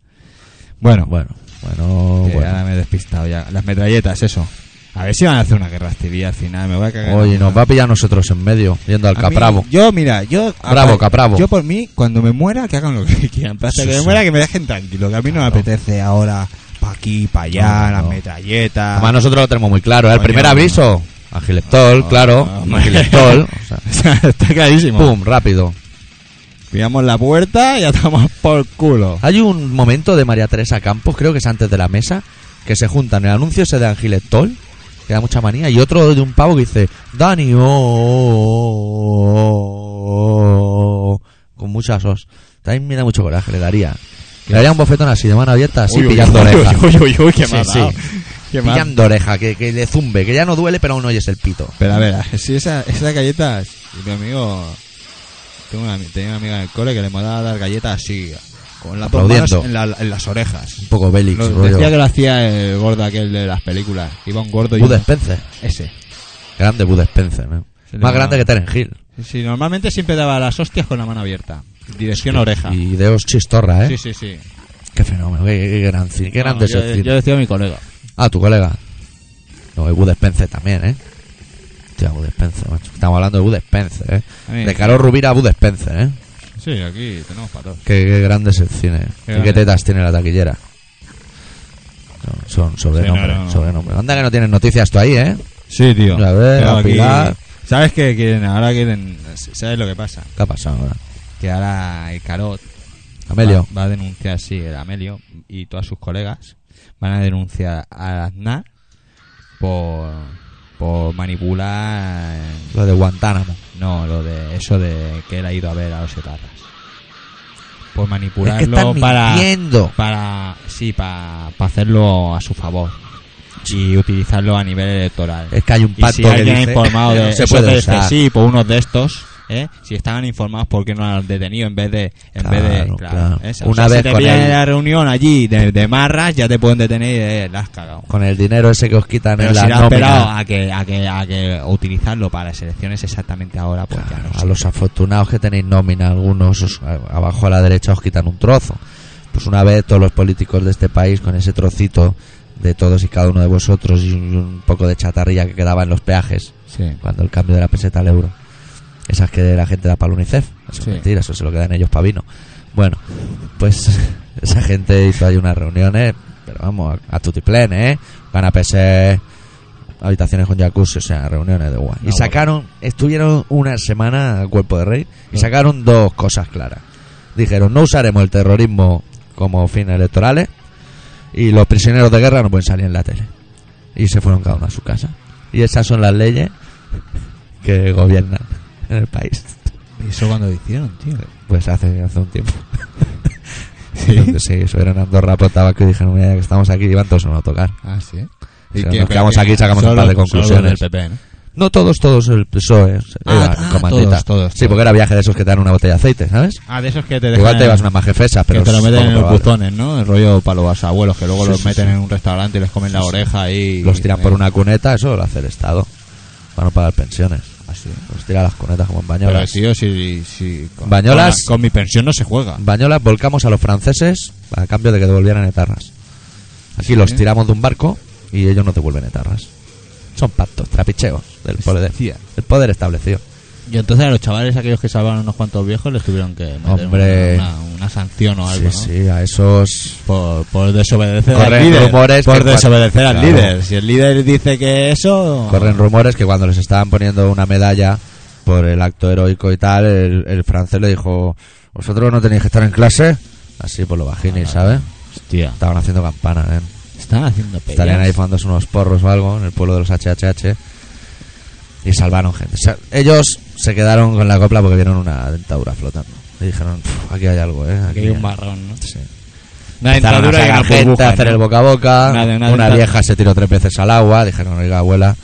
Speaker 2: Bueno,
Speaker 1: Bueno, bueno,
Speaker 2: que ahora
Speaker 1: Oh, bueno.
Speaker 2: me he despistado ya. Las metralletas, eso. A ver si van a hacer una guerra civil al final. Me voy a cagar.
Speaker 1: Oye,
Speaker 2: en
Speaker 1: nos
Speaker 2: una.
Speaker 1: va a pillar nosotros en medio, yendo al
Speaker 2: A mí-
Speaker 1: Capravo.
Speaker 2: yo, mira, yo.
Speaker 1: Bravo,
Speaker 2: aparte-
Speaker 1: Capravo.
Speaker 2: Yo por mí, cuando me muera, que hagan lo que quieran. Pero Hasta
Speaker 1: Sí,
Speaker 2: que me
Speaker 1: sí.
Speaker 2: muera, que me dejen tranquilo. Que a mí no me
Speaker 1: Claro.
Speaker 2: apetece ahora. Pa' aquí, pa' allá,
Speaker 1: No,
Speaker 2: las
Speaker 1: no.
Speaker 2: metralletas.
Speaker 1: Además, nosotros lo tenemos muy claro, ¿eh? El
Speaker 2: Coño. Ah,
Speaker 1: primer aviso. Agileptol, claro.
Speaker 2: Hombre.
Speaker 1: Agileptol. O sea,
Speaker 2: O sea, está clarísimo.
Speaker 1: pum, rápido.
Speaker 2: Pillamos la puerta y atamos por culo.
Speaker 1: Hay un momento de María Teresa Campos, creo que es antes de la mesa, que se juntan el anuncio ese de Angiletol, que da mucha manía, y otro de un pavo que dice, Dani, oh, oh, oh", con muchas os. También me da mucho coraje, le daría. Le daría un bofetón así, de mano abierta, así,
Speaker 2: Uy, uy,
Speaker 1: pillando
Speaker 2: uy,
Speaker 1: oreja.
Speaker 2: Uy, uy, uy, qué
Speaker 1: Sí,
Speaker 2: mal.
Speaker 1: sí. Pillando oreja, que, que le zumbe, que ya no duele, pero aún oyes el pito.
Speaker 2: Pero a ver, si esa, esas galletas. Mi amigo. Tengo una, tenía una amiga en el cole que le molaba dar galletas así. Con las dos manos
Speaker 1: Aplaudiendo.
Speaker 2: en, la- en las orejas.
Speaker 1: Un poco Bélix,
Speaker 2: Lo-
Speaker 1: rollo.
Speaker 2: decía que lo hacía el gordo aquel de las películas. Iba un gordo y.
Speaker 1: Bud
Speaker 2: un-
Speaker 1: Spencer.
Speaker 2: Ese.
Speaker 1: Grande Bud Spencer, ¿no?
Speaker 2: Se le
Speaker 1: Más
Speaker 2: va-
Speaker 1: grande que Terence Hill.
Speaker 2: Sí, normalmente siempre daba las hostias con la mano abierta. Dirección oreja.
Speaker 1: Y Deos Chistorra, ¿eh?
Speaker 2: Sí, sí, sí.
Speaker 1: Qué fenómeno, qué, qué- qué gran cine, qué grande
Speaker 2: No,
Speaker 1: es el
Speaker 2: yo,
Speaker 1: cine.
Speaker 2: yo decía a mi colega.
Speaker 1: Ah, tu colega. No, y Bud Spencer también, ¿eh? Hostia, Bud Spencer, macho. Estamos hablando de Bud Spencer, ¿eh?
Speaker 2: A mí-
Speaker 1: De Carol Rubira a Bud Spencer, ¿eh?
Speaker 2: Sí, aquí tenemos para todos.
Speaker 1: Qué, qué grande es el cine.
Speaker 2: Qué
Speaker 1: y
Speaker 2: grande.
Speaker 1: qué tetas tiene la taquillera. No, son sobrenombre,
Speaker 2: Sí, no, no.
Speaker 1: sobrenombre. Anda que no tienes noticias tú ahí, ¿eh?
Speaker 2: Sí, tío.
Speaker 1: A ver,
Speaker 2: Pero
Speaker 1: a
Speaker 2: aquí-
Speaker 1: Pilar.
Speaker 2: ¿Sabes qué quieren? Ahora quieren. ¿Sabes lo que pasa?
Speaker 1: ¿Qué ha pasado ahora?
Speaker 2: Que ahora el Carot
Speaker 1: Amelio.
Speaker 2: Va, va a denunciar, sí, el Amelio y todas sus colegas van a denunciar a Aznar por, por manipular.
Speaker 1: Lo de Guantánamo.
Speaker 2: No, lo de eso de que él ha ido a ver a los etarras. Por
Speaker 1: Es que
Speaker 2: manipularlo
Speaker 1: están
Speaker 2: para.
Speaker 1: mintiendo.
Speaker 2: Para. Sí, para, para hacerlo a su favor. Y utilizarlo a nivel electoral.
Speaker 1: Es que hay un
Speaker 2: Y
Speaker 1: pacto
Speaker 2: si
Speaker 1: que
Speaker 2: alguien ha
Speaker 1: dice...
Speaker 2: informado de
Speaker 1: no se
Speaker 2: eso
Speaker 1: puede
Speaker 2: de
Speaker 1: usar.
Speaker 2: este sí por uno de estos, ¿eh? si estaban informados, ¿por qué no han detenido en vez de... En
Speaker 1: Claro,
Speaker 2: vez de claro,
Speaker 1: claro.
Speaker 2: ¿eh?
Speaker 1: Una
Speaker 2: si
Speaker 1: vez
Speaker 2: te
Speaker 1: con
Speaker 2: pillan
Speaker 1: el-
Speaker 2: en la reunión allí de, de marras, ya te pueden detener y eh, la has cagado.
Speaker 1: Con el dinero ese que os quitan
Speaker 2: Pero
Speaker 1: en
Speaker 2: si
Speaker 1: la
Speaker 2: no has
Speaker 1: nómina.
Speaker 2: esperado ah, a que, a, que, a que utilizarlo para las elecciones exactamente ahora, pues ya
Speaker 1: Claro,
Speaker 2: no
Speaker 1: a
Speaker 2: sé.
Speaker 1: los afortunados que tenéis nómina, algunos os- a- abajo a la derecha os quitan un trozo. Pues una vez todos los políticos de este país con ese trocito de todos y cada uno de vosotros y un- un poco de chatarrilla que quedaba en los peajes
Speaker 2: Sí.
Speaker 1: cuando el cambio de la peseta al euro. Esas que la gente da para el UNICEF. Eso
Speaker 2: Sí.
Speaker 1: es mentira, eso se lo quedan ellos para vino. Bueno, pues esa gente hizo ahí unas reuniones, pero vamos, a, a tutiplén, ¿eh? Canapés, habitaciones con jacuzzi, o sea, reuniones de guay.
Speaker 2: Ah,
Speaker 1: Y sacaron, estuvieron una semana al cuerpo de rey y
Speaker 2: Sí.
Speaker 1: sacaron dos cosas claras. Dijeron, no usaremos el terrorismo como fines electorales y los prisioneros de guerra no pueden salir en la tele. Y se fueron cada uno a su casa. Y esas son las leyes que gobiernan en el país.
Speaker 2: ¿Y eso cuando lo hicieron, tío?
Speaker 1: Pues hace, hace un tiempo.
Speaker 2: ¿Sí?
Speaker 1: Entonces, sí, eso era en Andorra, por tabaco y dijeron, mira, ya que estamos aquí, iban todos a no tocar.
Speaker 2: Ah, sí.
Speaker 1: O sea, nos quedamos aquí y sacamos
Speaker 2: Solo-
Speaker 1: un par de
Speaker 2: solo
Speaker 1: conclusiones.
Speaker 2: del PP, ¿no?
Speaker 1: No todos, todos el PSOE.
Speaker 2: Ah,
Speaker 1: eran
Speaker 2: ah,
Speaker 1: comandita.
Speaker 2: todos, todos,
Speaker 1: Sí, porque era viaje de esos que te dan una botella de aceite, ¿sabes?
Speaker 2: Ah, de esos que te dejan.
Speaker 1: Igual te ibas una majefesa, pero
Speaker 2: que te lo
Speaker 1: es
Speaker 2: meten
Speaker 1: poco
Speaker 2: en los
Speaker 1: probable.
Speaker 2: buzones, ¿no? El rollo para los abuelos que luego
Speaker 1: Sí,
Speaker 2: los
Speaker 1: sí,
Speaker 2: meten
Speaker 1: sí.
Speaker 2: en un restaurante y les comen la oreja Eh, y.
Speaker 1: Los tiran por una cuneta, eso lo hace el Estado. Para no pagar pensiones.
Speaker 2: Así.
Speaker 1: Los tira a las cunetas como en
Speaker 2: Pero,
Speaker 1: bañolas.
Speaker 2: tío, si. si con,
Speaker 1: Bañolas.
Speaker 2: Con, con mi pensión no se juega.
Speaker 1: En bañolas volcamos a los franceses a cambio de que devolvieran etarras. Aquí
Speaker 2: Sí.
Speaker 1: los tiramos de un barco y ellos nos devuelven etarras. Son pactos, trapicheos del poder,
Speaker 2: Hostia.
Speaker 1: el poder establecido.
Speaker 2: Y entonces a los chavales, aquellos que salvaron unos cuantos viejos, les tuvieron que meter
Speaker 1: Hombre.
Speaker 2: Una, una- una sanción o
Speaker 1: Sí,
Speaker 2: algo, ¿no?
Speaker 1: sí, a esos
Speaker 2: Por, por desobedecer al
Speaker 1: Corren
Speaker 2: líder.
Speaker 1: rumores
Speaker 2: Por
Speaker 1: que-
Speaker 2: desobedecer al
Speaker 1: Claro.
Speaker 2: líder. Si el líder dice que eso.
Speaker 1: corren rumores que cuando les estaban poniendo una medalla por el acto heroico y tal, el, el francés le dijo, vosotros no tenéis que estar en clase, así por lo bajini,
Speaker 2: Ah,
Speaker 1: ¿sabes?
Speaker 2: Hostia.
Speaker 1: Estaban haciendo campana, ¿eh?
Speaker 2: Están haciendo peleas.
Speaker 1: Estarían ahí fumándose unos porros o algo en el pueblo de los HHH. Y salvaron gente. O sea, ellos se quedaron con la copla porque vieron una dentadura flotando. Y dijeron, "Pf, aquí hay algo, ¿eh?
Speaker 2: Aquí hay un marrón, ¿no?
Speaker 1: Sí.
Speaker 2: Una
Speaker 1: Empezaron a
Speaker 2: dentadura y
Speaker 1: sacar
Speaker 2: una
Speaker 1: gente,
Speaker 2: burbuja,
Speaker 1: a hacer
Speaker 2: ¿no?
Speaker 1: el boca a boca.
Speaker 2: Una de- una
Speaker 1: Una,
Speaker 2: dentadura.
Speaker 1: vieja se tiró tres veces al agua. Dijeron, oiga, abuela,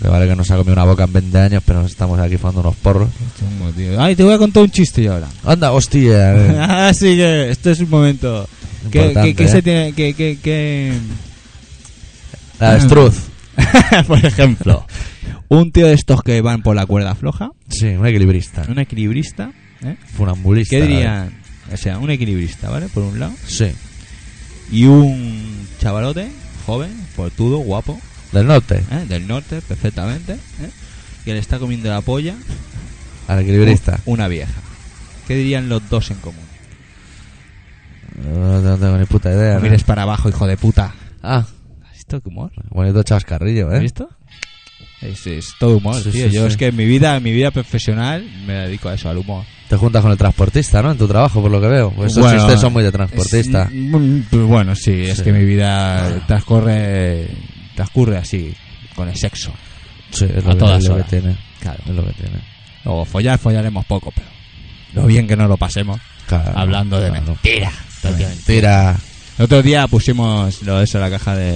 Speaker 1: que vale que no se ha comido una boca en 20 años, pero nos estamos aquí fumando unos porros.
Speaker 2: Chungo, tío. Ay, te voy a contar un chiste yo ahora.
Speaker 1: Anda, hostia. eh.
Speaker 2: Así que este es un momento. ¿Qué,
Speaker 1: Importante,
Speaker 2: qué- qué
Speaker 1: ¿eh?
Speaker 2: se tiene? ¿Qué? qué, qué?
Speaker 1: La destruz.
Speaker 2: por ejemplo, un tío de estos que van por la cuerda floja,
Speaker 1: Sí, un equilibrista.
Speaker 2: un equilibrista, ¿eh?
Speaker 1: Funambulista.
Speaker 2: ¿qué dirían? O sea, un equilibrista, ¿vale? Por un lado.
Speaker 1: Sí.
Speaker 2: Y un chavalote, joven, fortudo, guapo,
Speaker 1: Del norte.
Speaker 2: ¿eh? del norte, perfectamente, ¿eh? que le está comiendo la polla
Speaker 1: Al equilibrista.
Speaker 2: una vieja. ¿Qué dirían los dos en común?
Speaker 1: No, no tengo ni puta idea. ¿no?
Speaker 2: No mires para abajo, hijo de puta.
Speaker 1: Ah,
Speaker 2: ¿Has visto qué humor?
Speaker 1: bonito chascarrillo,
Speaker 2: ¿Has
Speaker 1: ¿eh?
Speaker 2: visto? Es, es todo humor,
Speaker 1: Sí,
Speaker 2: tío.
Speaker 1: sí,
Speaker 2: Yo
Speaker 1: sí.
Speaker 2: es que en mi vida, en mi vida profesional, me dedico a eso, al humor.
Speaker 1: Te juntas con el transportista, ¿no? En tu trabajo, por lo que veo. Pues esos
Speaker 2: Bueno,
Speaker 1: chistes son muy de transportista.
Speaker 2: Es- mm, pues bueno, sí, es
Speaker 1: Sí.
Speaker 2: que mi vida transcurre, transcurre así, con el sexo.
Speaker 1: Sí, es
Speaker 2: a
Speaker 1: lo, que,
Speaker 2: todas
Speaker 1: es lo que
Speaker 2: horas.
Speaker 1: tiene.
Speaker 2: Claro.
Speaker 1: Es lo que tiene.
Speaker 2: O follar, follaremos poco, pero lo bien que no lo pasemos
Speaker 1: Claro,
Speaker 2: hablando de
Speaker 1: claro.
Speaker 2: mentira. prácticamente.
Speaker 1: Mentira.
Speaker 2: El otro día pusimos lo eso, la caja de,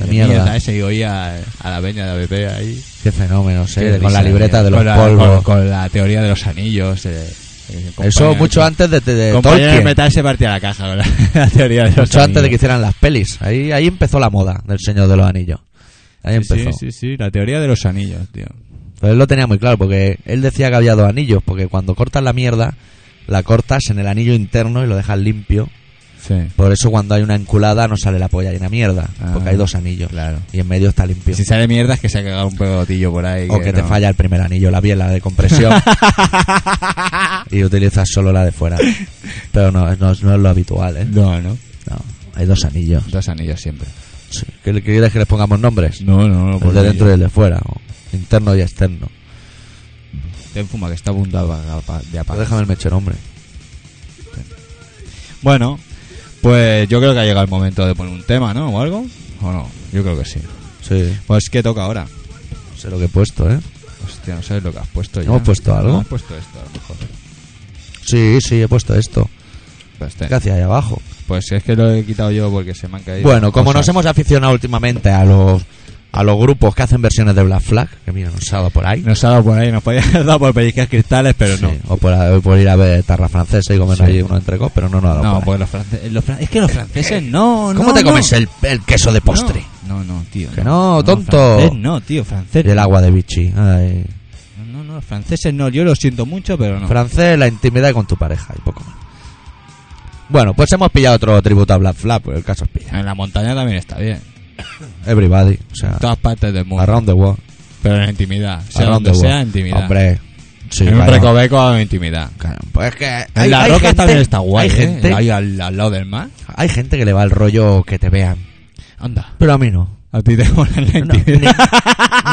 Speaker 2: de
Speaker 1: mierda.
Speaker 2: ese y oía a la peña de ABP ahí.
Speaker 1: Qué fenómeno, sí.
Speaker 2: Qué
Speaker 1: con la
Speaker 2: risa,
Speaker 1: libreta de los
Speaker 2: con la-
Speaker 1: polvos.
Speaker 2: Con, con la teoría de los anillos. eh, eh,
Speaker 1: Eso
Speaker 2: compañero-
Speaker 1: mucho antes de, de- de
Speaker 2: compañero de
Speaker 1: Tolkien.
Speaker 2: metal se partía la caja con la, la teoría de los
Speaker 1: Mucho
Speaker 2: anillos.
Speaker 1: antes de que hicieran las pelis. Ahí, ahí empezó la moda del Señor de los Anillos. Ahí
Speaker 2: Sí,
Speaker 1: empezó.
Speaker 2: Sí, sí, sí, la teoría de los anillos, tío.
Speaker 1: Pero él lo tenía muy claro, porque él decía que había dos anillos, porque cuando cortas la mierda, la cortas en el anillo interno y lo dejas limpio
Speaker 2: Sí.
Speaker 1: Por eso cuando hay una enculada no sale la polla llena de mierda,
Speaker 2: Ah,
Speaker 1: porque hay dos anillos.
Speaker 2: claro.
Speaker 1: Y en medio está limpio.
Speaker 2: Si sale mierda es que se ha cagado un pegotillo por ahí.
Speaker 1: o que, te
Speaker 2: no.
Speaker 1: falla el primer anillo, la biela de compresión, y utilizas solo la de fuera. Pero no, no, es- no es lo habitual, ¿eh?
Speaker 2: No, no.
Speaker 1: No, hay dos anillos.
Speaker 2: Dos anillos siempre.
Speaker 1: Sí. ¿Qué le- qué quieres que les pongamos nombres?
Speaker 2: No, pues no, no.
Speaker 1: el de dentro y el de fuera, o interno y externo.
Speaker 2: Ten fuma que está apuntado a- a- de
Speaker 1: Pero
Speaker 2: apagar.
Speaker 1: déjame el mechero, hombre.
Speaker 2: Bueno, pues yo creo que ha llegado el momento de poner un tema, ¿no? ¿O algo? ¿O no? Yo creo que sí.
Speaker 1: Sí,
Speaker 2: Pues ¿qué toca ahora?
Speaker 1: no sé lo que he puesto, ¿eh?
Speaker 2: Hostia, no sabes lo que has puesto ya.
Speaker 1: ¿Hemos puesto algo?
Speaker 2: Hemos puesto esto, a lo mejor.
Speaker 1: Sí, sí, he puesto esto.
Speaker 2: Pues, te-
Speaker 1: ¿Qué hacía ahí abajo?
Speaker 2: pues es que lo he quitado yo porque se me han caído.
Speaker 1: Bueno, como
Speaker 2: cosas.
Speaker 1: nos hemos aficionado últimamente a los a los grupos que hacen versiones de Black Flag, que mira, nos ha dado por ahí.
Speaker 2: Nos ha dado por ahí, nos podía haber dado por pellizcas cristales, pero
Speaker 1: Sí,
Speaker 2: no.
Speaker 1: O por, o por ir a ver tarra francesa y comer
Speaker 2: Sí.
Speaker 1: allí uno entrecot, pero no nos ha dado
Speaker 2: No,
Speaker 1: por ahí.
Speaker 2: porque los franceses. los fran- es que los franceses no.
Speaker 1: ¿Cómo
Speaker 2: no,
Speaker 1: te
Speaker 2: no.
Speaker 1: comes el, el queso de postre?
Speaker 2: No, no, no, tío.
Speaker 1: Que no, tonto.
Speaker 2: francés no, tío, francés.
Speaker 1: Y el agua de bichi. Ay.
Speaker 2: No, no, los franceses no. Yo lo siento mucho, pero no.
Speaker 1: Mm. Francés, la intimidad con tu pareja y poco más. Bueno, pues hemos pillado otro tributo a Black Flag, pues el caso es pillar.
Speaker 2: en la montaña también está bien.
Speaker 1: Everybody, o sea,
Speaker 2: En todas partes del mundo.
Speaker 1: around the world.
Speaker 2: Pero en intimidad. Sea
Speaker 1: around
Speaker 2: donde
Speaker 1: the
Speaker 2: sea,
Speaker 1: world.
Speaker 2: intimidad.
Speaker 1: Hombre, Sí,
Speaker 2: en un
Speaker 1: claro.
Speaker 2: recoveco de intimidad.
Speaker 1: Claro, Pues es que
Speaker 2: En
Speaker 1: hay-
Speaker 2: la
Speaker 1: hay
Speaker 2: roca
Speaker 1: gente-
Speaker 2: también está guay,
Speaker 1: Hay
Speaker 2: ¿eh?
Speaker 1: gente,
Speaker 2: Ahí al, al lado del mar.
Speaker 1: hay gente que le va el rollo que te vean,
Speaker 2: Anda.
Speaker 1: pero a mí no.
Speaker 2: A ti te mola la
Speaker 1: No, ni,
Speaker 2: intimidad.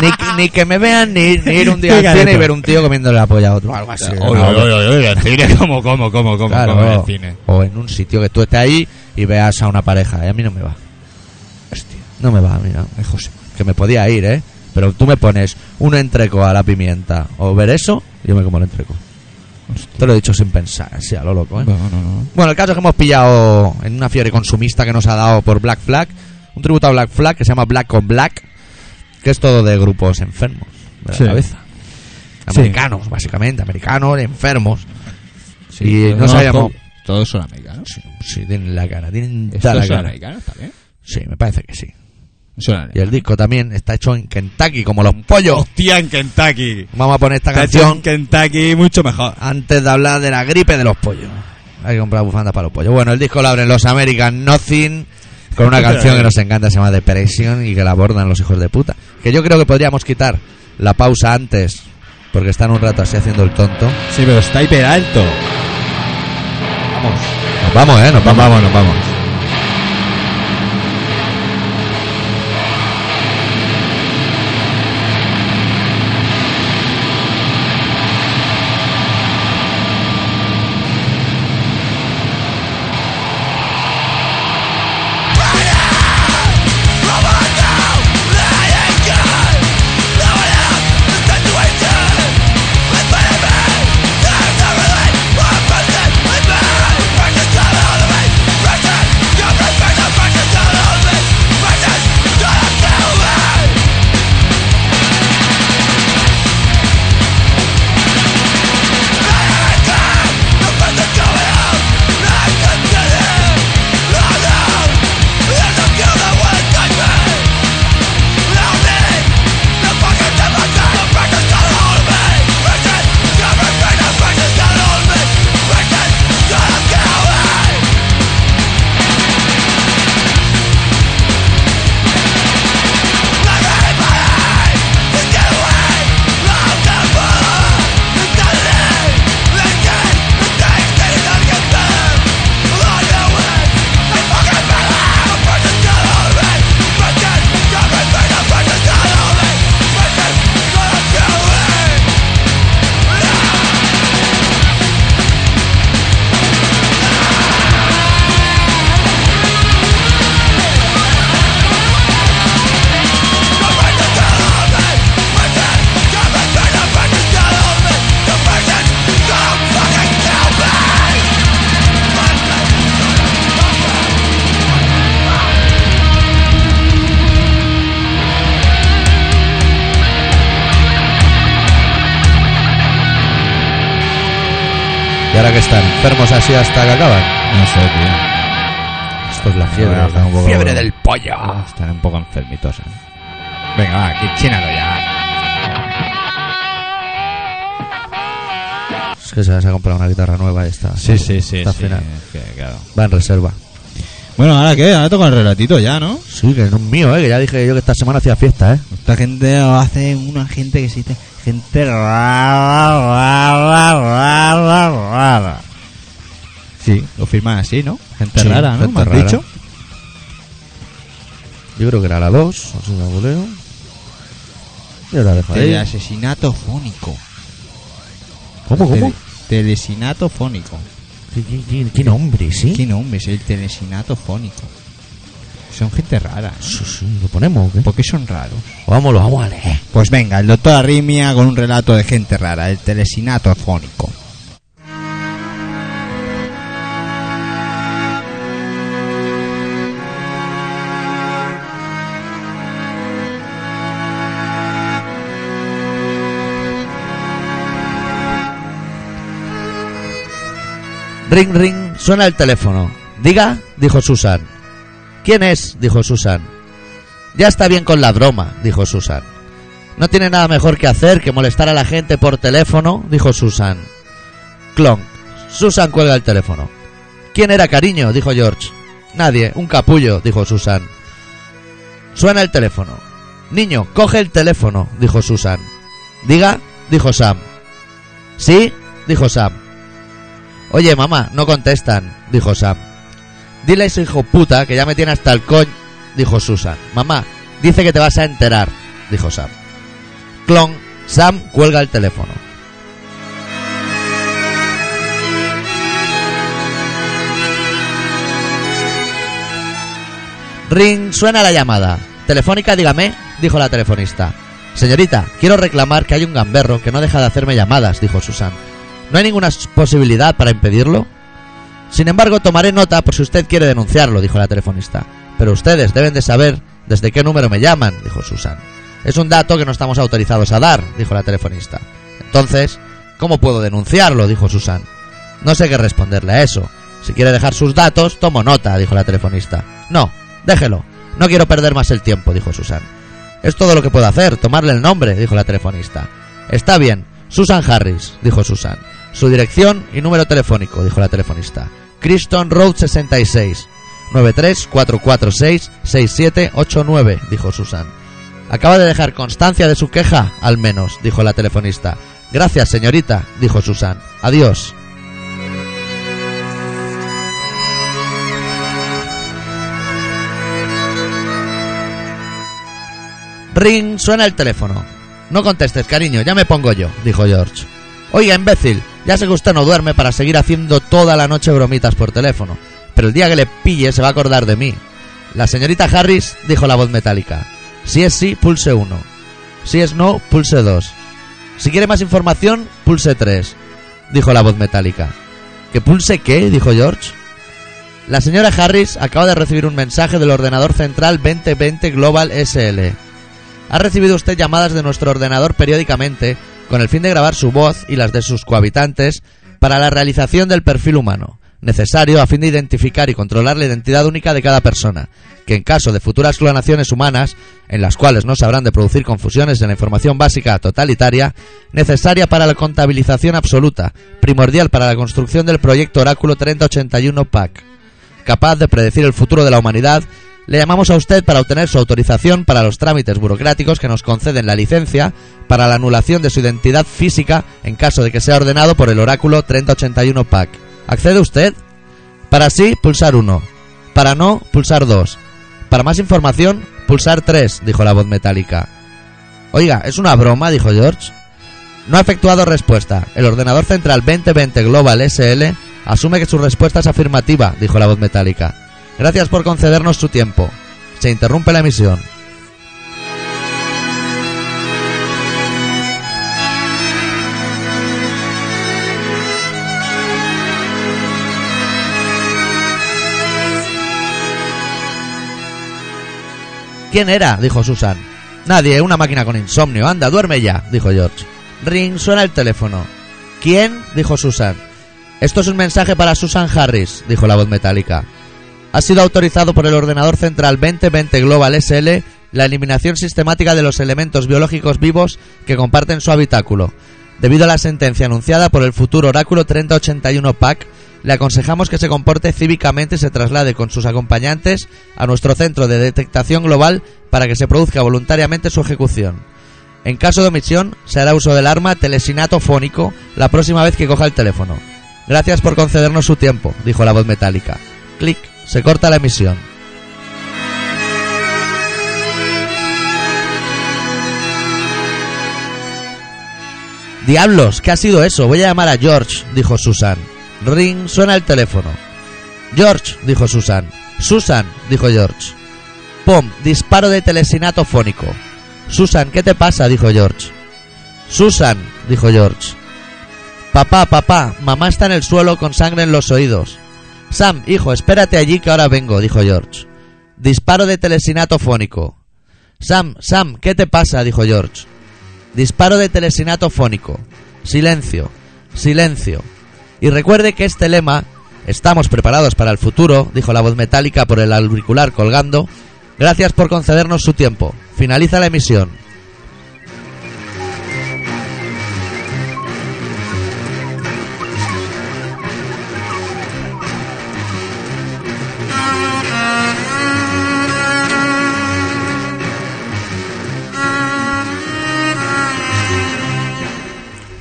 Speaker 1: ni que- ni que me vean ni, ni ir un día
Speaker 2: Fíjate
Speaker 1: al cine y
Speaker 2: tú.
Speaker 1: ver un tío comiéndole la polla a otro, algo así.
Speaker 2: Oye,
Speaker 1: No,
Speaker 2: oye, oye, oye, el cine, como, como, como, como,
Speaker 1: claro,
Speaker 2: como en el cine.
Speaker 1: o en un sitio que tú estés ahí y veas a una pareja, y a mí no me va.
Speaker 2: Hostia.
Speaker 1: No me va, a mí no. Ay, José, que me podía ir, ¿eh? Pero tú me pones un entreco a la pimienta o ver eso, yo me como el entreco. Te lo he dicho sin pensar, así a lo loco, ¿eh?
Speaker 2: No, no, no.
Speaker 1: Bueno, el caso es que hemos pillado en una fiebre consumista que nos ha dado por Black Flag, un tributo a Black Flag que se llama Black on Black, que es todo de grupos enfermos de la
Speaker 2: Sí.
Speaker 1: cabeza.
Speaker 2: Sí.
Speaker 1: Americanos, básicamente, americanos, enfermos.
Speaker 2: Sí,
Speaker 1: Y
Speaker 2: todos-
Speaker 1: no sabíamos-
Speaker 2: to- Todos son americanos.
Speaker 1: Sí, sí, tienen la cara, tienen toda
Speaker 2: Estos
Speaker 1: la
Speaker 2: son
Speaker 1: cara.
Speaker 2: americanos también.
Speaker 1: Sí, me parece que sí.
Speaker 2: Son
Speaker 1: Y
Speaker 2: americanos.
Speaker 1: el disco también está hecho en Kentucky, como los pollos.
Speaker 2: Hostia, en Kentucky.
Speaker 1: Vamos a poner esta
Speaker 2: Está hecho
Speaker 1: canción
Speaker 2: en Kentucky mucho mejor.
Speaker 1: antes de hablar de la gripe de los pollos. Hay que comprar bufandas para los pollos. Bueno, el disco lo abren los American Nothing con una canción que nos encanta, se llama Depresión y que la abordan los hijos de puta. Que yo creo que podríamos quitar la pausa antes, porque están un rato así haciendo el tonto.
Speaker 2: Sí, pero está hiper alto. Vamos.
Speaker 1: Nos vamos, ¿eh? Nos
Speaker 2: Nos
Speaker 1: vamos.
Speaker 2: vamos, nos vamos.
Speaker 1: Y ahora que están enfermos así hasta que acaban.
Speaker 2: No sé, tío.
Speaker 1: Esto es la fiebre.
Speaker 2: Bueno, está un poco- Ah,
Speaker 1: fiebre del pollo.
Speaker 2: Están un poco enfermitos. ¿eh? Venga, va, aquí, chínalo ya.
Speaker 1: Es que se ha comprado una guitarra nueva y está.
Speaker 2: Sí, sí, sí.
Speaker 1: Está
Speaker 2: sí,
Speaker 1: final.
Speaker 2: es que, claro.
Speaker 1: Va en reserva.
Speaker 2: Bueno, ¿ahora qué? Ahora toca el relatito ya, ¿no?
Speaker 1: Sí, que no es mío, ¿eh? Que ya dije yo que esta semana hacía fiesta, ¿eh?
Speaker 2: Esta gente hace una gente que existe. Gente rara, rara, rara, rara. Sí, lo firman así, ¿no? Gente
Speaker 1: Sí,
Speaker 2: rara, ¿no?
Speaker 1: gente
Speaker 2: ¿Me has
Speaker 1: rara.
Speaker 2: dicho?
Speaker 1: Yo creo que era la 2, o sea, la voleo. Yo la dejo ahí.
Speaker 2: Teleasesinato fónico.
Speaker 1: ¿Cómo, cómo?
Speaker 2: Tele- telesinato fónico.
Speaker 1: ¿Qué, qué- qué- qué nombre, sí?
Speaker 2: ¿Qué nombre es el telesinato fónico? Son gente rara. ¿no?
Speaker 1: Sí, sí, ¿Lo ponemos o qué?
Speaker 2: ¿Por qué son raros?
Speaker 1: Vamos, lo vamos a leer.
Speaker 2: Pues venga, el doctor Arrimia con un relato de gente rara, el telesinato fónico.
Speaker 1: Ring, ring, suena el teléfono. Diga, dijo Susan. ¿Quién es? dijo Susan. Ya está bien con la broma, dijo Susan. No tiene nada mejor que hacer que molestar a la gente por teléfono, dijo Susan. Clonk. Susan cuelga el teléfono. ¿Quién era, cariño? dijo George. Nadie, un capullo, dijo Susan. Suena el teléfono. Niño, coge el teléfono, dijo Susan. Diga, dijo Sam. Sí, dijo Sam. Oye, mamá, no contestan, dijo Sam. Dile a ese hijo puta que ya me tiene hasta el coño, dijo Susan. Mamá, dice que te vas a enterar, dijo Sam. Clon, Sam cuelga el teléfono. Ring, suena la llamada. Telefónica, dígame, dijo la telefonista. Señorita, quiero reclamar que hay un gamberro que no deja de hacerme llamadas, dijo Susan. ¿No hay ninguna s- posibilidad para impedirlo? Sin embargo, tomaré nota por si usted quiere denunciarlo, dijo la telefonista. Pero ustedes deben de saber desde qué número me llaman, dijo Susan. Es un dato que no estamos autorizados a dar, dijo la telefonista. Entonces, ¿cómo puedo denunciarlo? dijo Susan. No sé qué responderle a eso. Si quiere dejar sus datos, tomo nota, dijo la telefonista. No, déjelo. No quiero perder más el tiempo, dijo Susan. Es todo lo que puedo hacer, tomarle el nombre, dijo la telefonista. Está bien, Susan Harris, dijo Susan. Su dirección y número telefónico, dijo la telefonista. Criston Road 66, 934466789, dijo Susan. Acaba de dejar constancia de su queja, al menos, dijo la telefonista. Gracias, señorita, dijo Susan. Adiós. Ring, suena el teléfono. No contestes, cariño, ya me pongo yo, dijo George. Oiga, imbécil, ya sé que usted no duerme para seguir haciendo toda la noche bromitas por teléfono, pero el día que le pille se va a acordar de mí. La señorita Harris dijo la voz metálica. Si es sí, pulse 1. Si es no, pulse 2. Si quiere más información, pulse 3, dijo la voz metálica. ¿Que pulse qué? dijo George. La señora Harris acaba de recibir un mensaje del ordenador central 2020 Global SL. Ha recibido usted llamadas de nuestro ordenador periódicamente con el fin de grabar su voz y las de sus cohabitantes para la realización del perfil humano, necesario a fin de identificar y controlar la identidad única de cada persona, que en caso de futuras clonaciones humanas, en las cuales no se habrán de producir confusiones en la información básica totalitaria, necesaria para la contabilización absoluta, primordial para la construcción del proyecto Oráculo 3081 PAC capaz de predecir el futuro de la humanidad, le llamamos a usted para obtener su autorización para los trámites burocráticos que nos conceden la licencia para la anulación de su identidad física en caso de que sea ordenado por el oráculo 3081 PAC. ¿Accede usted? Para sí, pulsar 1. Para no, pulsar 2. Para más información, pulsar 3, dijo la voz metálica. Oiga, es una broma, dijo George. No ha efectuado respuesta. El ordenador central 2020 Global SL asume que su respuesta es afirmativa, dijo la voz metálica. Gracias por concedernos su tiempo. Se interrumpe la emisión. ¿Quién era? dijo Susan. Nadie, una máquina con insomnio. Anda, duerme ya, dijo George. Ring, suena el teléfono. ¿Quién? dijo Susan. Esto es un mensaje para Susan Harris, dijo la voz metálica. Ha sido autorizado por el ordenador central 2020 Global SL la eliminación sistemática de los elementos biológicos vivos que comparten su habitáculo. Debido a la sentencia anunciada por el futuro oráculo 3081 PAC, le aconsejamos que se comporte cívicamente y se traslade con sus acompañantes a nuestro centro de detectación global para que se produzca voluntariamente su ejecución. En caso de omisión, se hará uso del arma telesinato fónico la próxima vez que coja el teléfono. Gracias por concedernos su tiempo, dijo la voz metálica. Clic, se corta la emisión. Diablos, ¿qué ha sido eso? Voy a llamar a George, dijo Susan. Ring, suena el teléfono. George, dijo Susan. Susan, dijo George. Pum, disparo de telesinato fónico. Susan, ¿qué te pasa? dijo George. Susan, dijo George. Papá, papá, mamá está en el suelo con sangre en los oídos. Sam, hijo, espérate allí que ahora vengo, dijo George. Disparo de telesinato fónico. Sam, Sam, ¿qué te pasa? dijo George. Disparo de telesinato fónico. Silencio, silencio. Y recuerde que este lema, estamos preparados para el futuro, dijo la voz metálica por el auricular colgando. Gracias por concedernos su tiempo. Finaliza la emisión.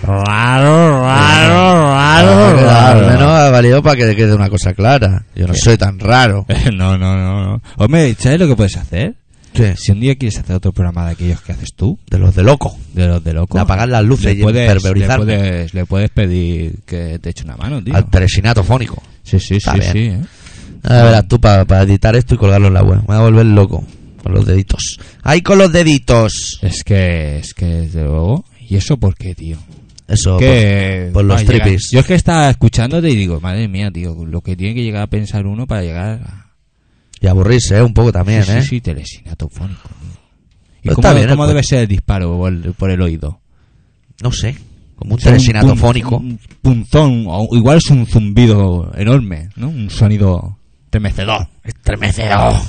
Speaker 5: Raro, raro.
Speaker 1: para que quede una cosa clara. Yo no
Speaker 2: Ah, Sí.
Speaker 1: soy tan raro.
Speaker 2: no, no, no, no. Hombre, ¿sabes lo que puedes hacer?
Speaker 1: ¿Qué?
Speaker 2: Si un día quieres hacer otro programa de aquellos que haces tú,
Speaker 1: De los de loco.
Speaker 2: de los de loco,
Speaker 1: De apagar las luces
Speaker 2: le
Speaker 1: y
Speaker 2: puedes, le,
Speaker 1: impermeabilizarme.
Speaker 2: puedes, le puedes pedir que te eche una mano, tío.
Speaker 1: Al teresinato fónico.
Speaker 2: Sí, sí, sí,
Speaker 1: Está bien.
Speaker 2: sí. ¿eh?
Speaker 1: A
Speaker 2: Ah.
Speaker 1: verás tú para editar esto y colgarlo en la web. Me voy a volver loco. Con los deditos. ¡Ay, con los deditos!
Speaker 2: Es que, es que, desde luego. ¿Y eso por qué, tío?
Speaker 1: Eso.
Speaker 2: que
Speaker 1: por- por los
Speaker 2: va a llegar-
Speaker 1: tripis.
Speaker 2: Yo es que estaba escuchándote y digo, madre mía, tío, lo que tiene que llegar a pensar uno para llegar a.
Speaker 1: Y aburrirse, ¿eh? Un poco también,
Speaker 2: sí,
Speaker 1: ¿eh?
Speaker 2: sí, sí, telesinato fónico. tío. ¿Y
Speaker 1: Pero
Speaker 2: cómo,
Speaker 1: está bien el
Speaker 2: cómo debe
Speaker 1: cuento.
Speaker 2: ser el disparo por el, por el oído?
Speaker 1: No sé. Como un
Speaker 2: O sea,
Speaker 1: teresinato
Speaker 2: pun-
Speaker 1: fónico.
Speaker 2: Un punzón, o igual es un zumbido enorme, ¿no? Un sonido temecedor.
Speaker 1: Estremecedor.
Speaker 2: Ah.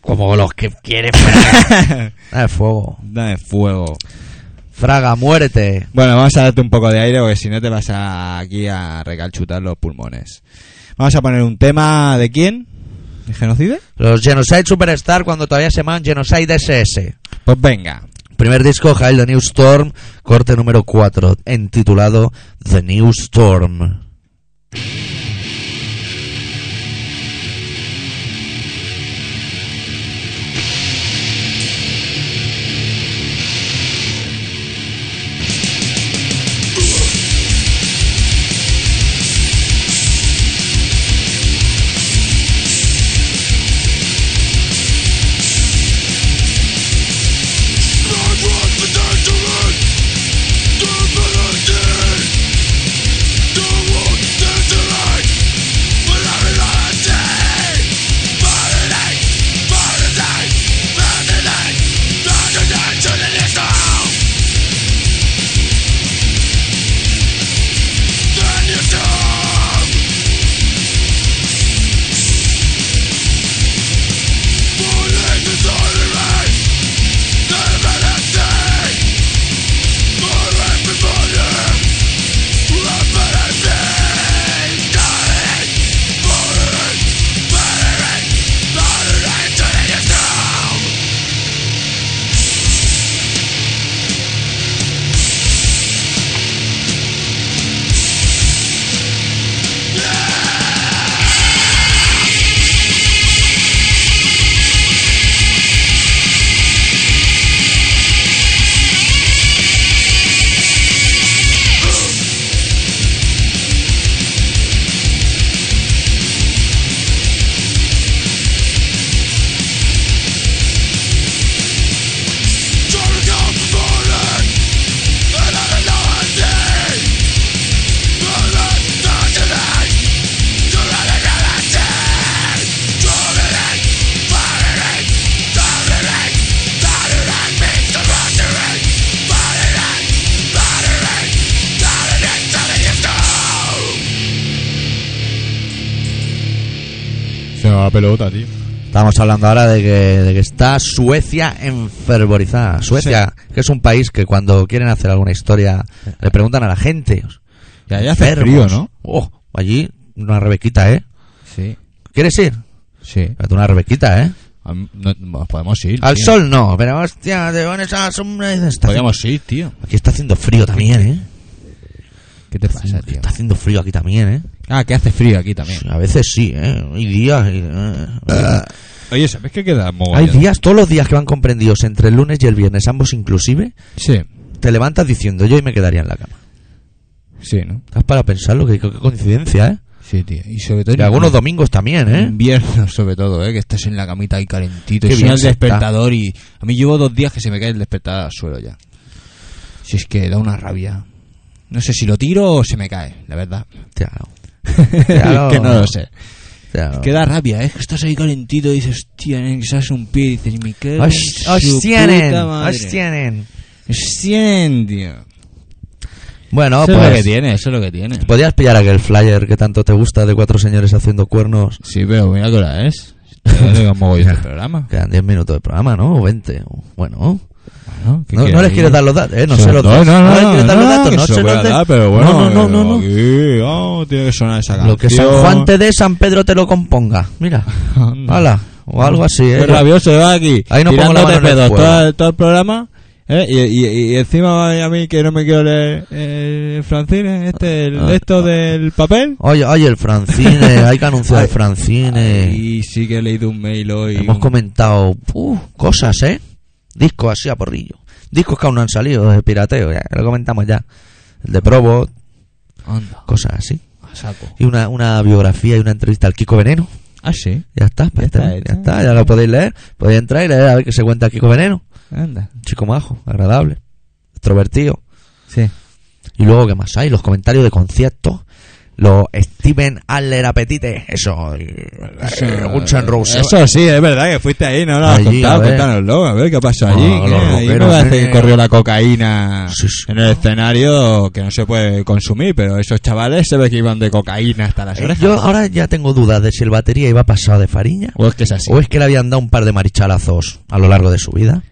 Speaker 1: Como los que quieren. Ah, es fuego.
Speaker 2: Da de fuego.
Speaker 1: Fraga, muérete.
Speaker 2: Bueno, vamos a darte un poco de aire porque si no te vas a- aquí a recalchutar los pulmones. Vamos a poner un tema de quién? ¿De genocide?
Speaker 1: Los Genocide Superstar cuando todavía se llamaban Genocide SS.
Speaker 2: Pues venga.
Speaker 1: Primer disco, Hail the New Storm, corte número 4, entitulado The New Storm.
Speaker 2: Se me va la pelota, tío.
Speaker 1: Estamos hablando ahora de que, de que está Suecia enfervorizada. Suecia, que es un país que cuando quieren hacer alguna historia le preguntan a la gente.
Speaker 2: Y allá hace frío,
Speaker 1: Enfermos.
Speaker 2: ¿no?
Speaker 1: Oh, allí una rebequita, ¿eh?
Speaker 2: Sí,
Speaker 1: ¿Quieres ir?
Speaker 2: sí.
Speaker 1: Vete Una rebequita, ¿eh?
Speaker 2: podemos ir.
Speaker 1: Al
Speaker 2: tío.
Speaker 1: sol no, pero hostia, te pones a la sombra y dices, está haciendo-
Speaker 2: Podemos ir, tío.
Speaker 1: Aquí está haciendo frío también, ¿eh?
Speaker 2: ¿Qué te pasa, tío?
Speaker 1: Está haciendo frío aquí también, ¿eh?
Speaker 2: Ah, que hace frío aquí también.
Speaker 1: A veces sí, ¿eh? Hay días... eh, eh.
Speaker 2: Oye, ¿sabes qué queda?
Speaker 1: Hay días, todos los días que van comprendidos entre el lunes y el viernes, ambos inclusive,
Speaker 2: Sí,
Speaker 1: te levantas diciendo yo hoy me quedaría en la cama.
Speaker 2: sí, ¿no?
Speaker 1: Estás para pensarlo, que qué coincidencia, ¿eh?
Speaker 2: Sí, tío. Y sobre todo
Speaker 1: Y
Speaker 2: en
Speaker 1: algunos domingos también, ¿eh?
Speaker 2: invierno, sobre todo, ¿eh? Que estás en la camita ahí calentito
Speaker 1: Qué
Speaker 2: y
Speaker 1: bien
Speaker 2: suena el
Speaker 1: se está.
Speaker 2: despertador y... A mí llevo dos días que se me cae el despertador al suelo ya. Si es que da una rabia. No sé si lo tiro o se me cae, la verdad.
Speaker 1: Hostia,
Speaker 2: Es que no lo sé.
Speaker 1: hostia, no.
Speaker 2: Que da rabia, ¿eh? Que Estás ahí calentito y dices, hostia, nen, que sacas un pie y dices, mi qué.
Speaker 1: Os- os tienen, os tienen.
Speaker 2: tío.
Speaker 1: Bueno,
Speaker 2: eso es lo que
Speaker 1: pues
Speaker 2: tiene, eso es lo que tiene.
Speaker 1: podías pillar aquel flyer que tanto te gusta de cuatro señores haciendo cuernos.
Speaker 2: Sí, pero mira qué hora
Speaker 1: ¿eh?
Speaker 2: es. Ya tengo un mogollón de programa.
Speaker 1: Quedan 10 minutos de programa, ¿no? O 20. o- Bueno,
Speaker 2: Bueno, ¿qué
Speaker 1: no, no les quieres dar los datos, ¿eh? No
Speaker 2: Sí,
Speaker 1: sé los
Speaker 2: no,
Speaker 1: datos.
Speaker 2: no, no,
Speaker 1: les quieres dar los
Speaker 2: no,
Speaker 1: datos,
Speaker 2: que
Speaker 1: no
Speaker 2: se
Speaker 1: sé
Speaker 2: pueda
Speaker 1: los de-
Speaker 2: dar, pero bueno,
Speaker 1: No, no, no, no, no.
Speaker 2: aquí, oh, tiene que sonar esa
Speaker 1: Lo que San
Speaker 2: canción.
Speaker 1: Juan te dé, San Pedro te lo componga. Mira.
Speaker 2: Anda.
Speaker 1: Hala, o algo así,
Speaker 2: Qué
Speaker 1: ¿eh?
Speaker 2: rabioso, ¿eh? Aquí.
Speaker 1: Ahí no pongo la
Speaker 2: tirándote
Speaker 1: mano en el
Speaker 2: pedos
Speaker 1: fuego.
Speaker 2: todo, el- todo el programa. ¿Eh? Y, y- y encima a mí que no me quiero leer eh, el francine, este, el,
Speaker 1: Ah,
Speaker 2: esto
Speaker 1: ah.
Speaker 2: del papel.
Speaker 1: Oye, oye, el Francine, hay que anunciar el
Speaker 2: Ay,
Speaker 1: Francine.
Speaker 2: Y sí que he leído un mail hoy.
Speaker 1: Hemos comentado uf, cosas, ¿eh? Discos así a porrillo. Discos que aún no han salido de pirateo, ya, lo comentamos ya. El de Probot,
Speaker 2: Anda,
Speaker 1: cosas así.
Speaker 2: a saco.
Speaker 1: Y una, una biografía y una entrevista al Kiko Veneno.
Speaker 2: Ah, sí.
Speaker 1: Ya está, ya
Speaker 2: está
Speaker 1: está,
Speaker 2: hecha.
Speaker 1: ya, está, ya lo podéis leer. Podéis entrar y leer a ver qué se cuenta Kiko Veneno.
Speaker 2: Anda.
Speaker 1: Un chico majo, agradable, extrovertido.
Speaker 2: Sí.
Speaker 1: Y luego, ¿qué más hay? Los comentarios de conciertos. Los Steven Adler Apetite. Eso. eh, Guns N' Roses.
Speaker 2: Eso sí, es verdad que fuiste ahí, no lo has
Speaker 1: Allí, a
Speaker 2: contado,
Speaker 1: ver.
Speaker 2: contánoslo, a ver qué pasó allí.
Speaker 1: Ah,
Speaker 2: ¿qué?
Speaker 1: los
Speaker 2: Ahí me
Speaker 1: rockeros,
Speaker 2: parece
Speaker 1: eh.
Speaker 2: que corrió la cocaína
Speaker 1: Sí, sí.
Speaker 2: en el escenario que no se puede consumir, pero esos chavales se ve que iban de cocaína hasta las
Speaker 1: Eh,
Speaker 2: orejas.
Speaker 1: Yo ahora ya tengo dudas de si el batería iba pasado de fariña
Speaker 2: O es que es así.
Speaker 1: o es que le habían dado un par de marichalazos a lo largo de su vida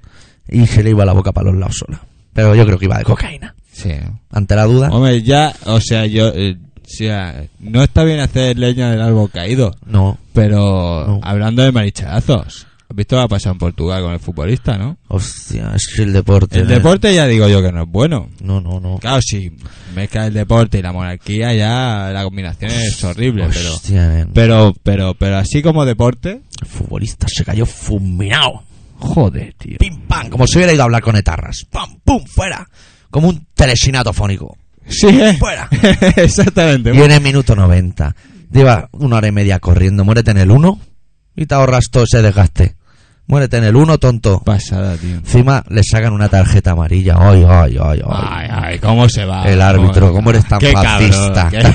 Speaker 1: y se le iba la boca para los lados sola. Pero yo creo que iba de cocaína.
Speaker 2: Sí.
Speaker 1: Ante la duda,
Speaker 2: Hombre, ya, o sea, yo, eh, o sea, no está bien hacer leña del árbol caído,
Speaker 1: no.
Speaker 2: pero
Speaker 1: No.
Speaker 2: hablando de marichalazos, ¿has visto lo que ha pasado en Portugal con el futbolista, no?
Speaker 1: Hostia, es que el deporte.
Speaker 2: El
Speaker 1: eh.
Speaker 2: deporte ya digo yo que no es bueno.
Speaker 1: No, no, no.
Speaker 2: Claro, si mezcla el deporte y la monarquía, ya la combinación es horrible, pero,
Speaker 1: Hostia, eh.
Speaker 2: pero, pero, pero así como deporte,
Speaker 1: El futbolista se cayó fulminado.
Speaker 2: joder, tío.
Speaker 1: Pim pam, como si hubiera ido a hablar con etarras. Pam, pum, fuera. Como un telesinato fónico.
Speaker 2: Sí, ¿eh?
Speaker 1: Fuera.
Speaker 2: exactamente.
Speaker 1: Y en el minuto 90. Lleva una hora y media corriendo. Muérete en el 1 y te ahorras todo ese desgaste. Muérete en el 1, tonto.
Speaker 2: Pasada, tío.
Speaker 1: Encima le sacan una tarjeta amarilla. Ay, ay, ay,
Speaker 2: Ay,
Speaker 1: ay.
Speaker 2: ay, cómo se va.
Speaker 1: El árbitro, ¿cómo eres tan
Speaker 2: Qué
Speaker 1: fascista?
Speaker 2: cabrón,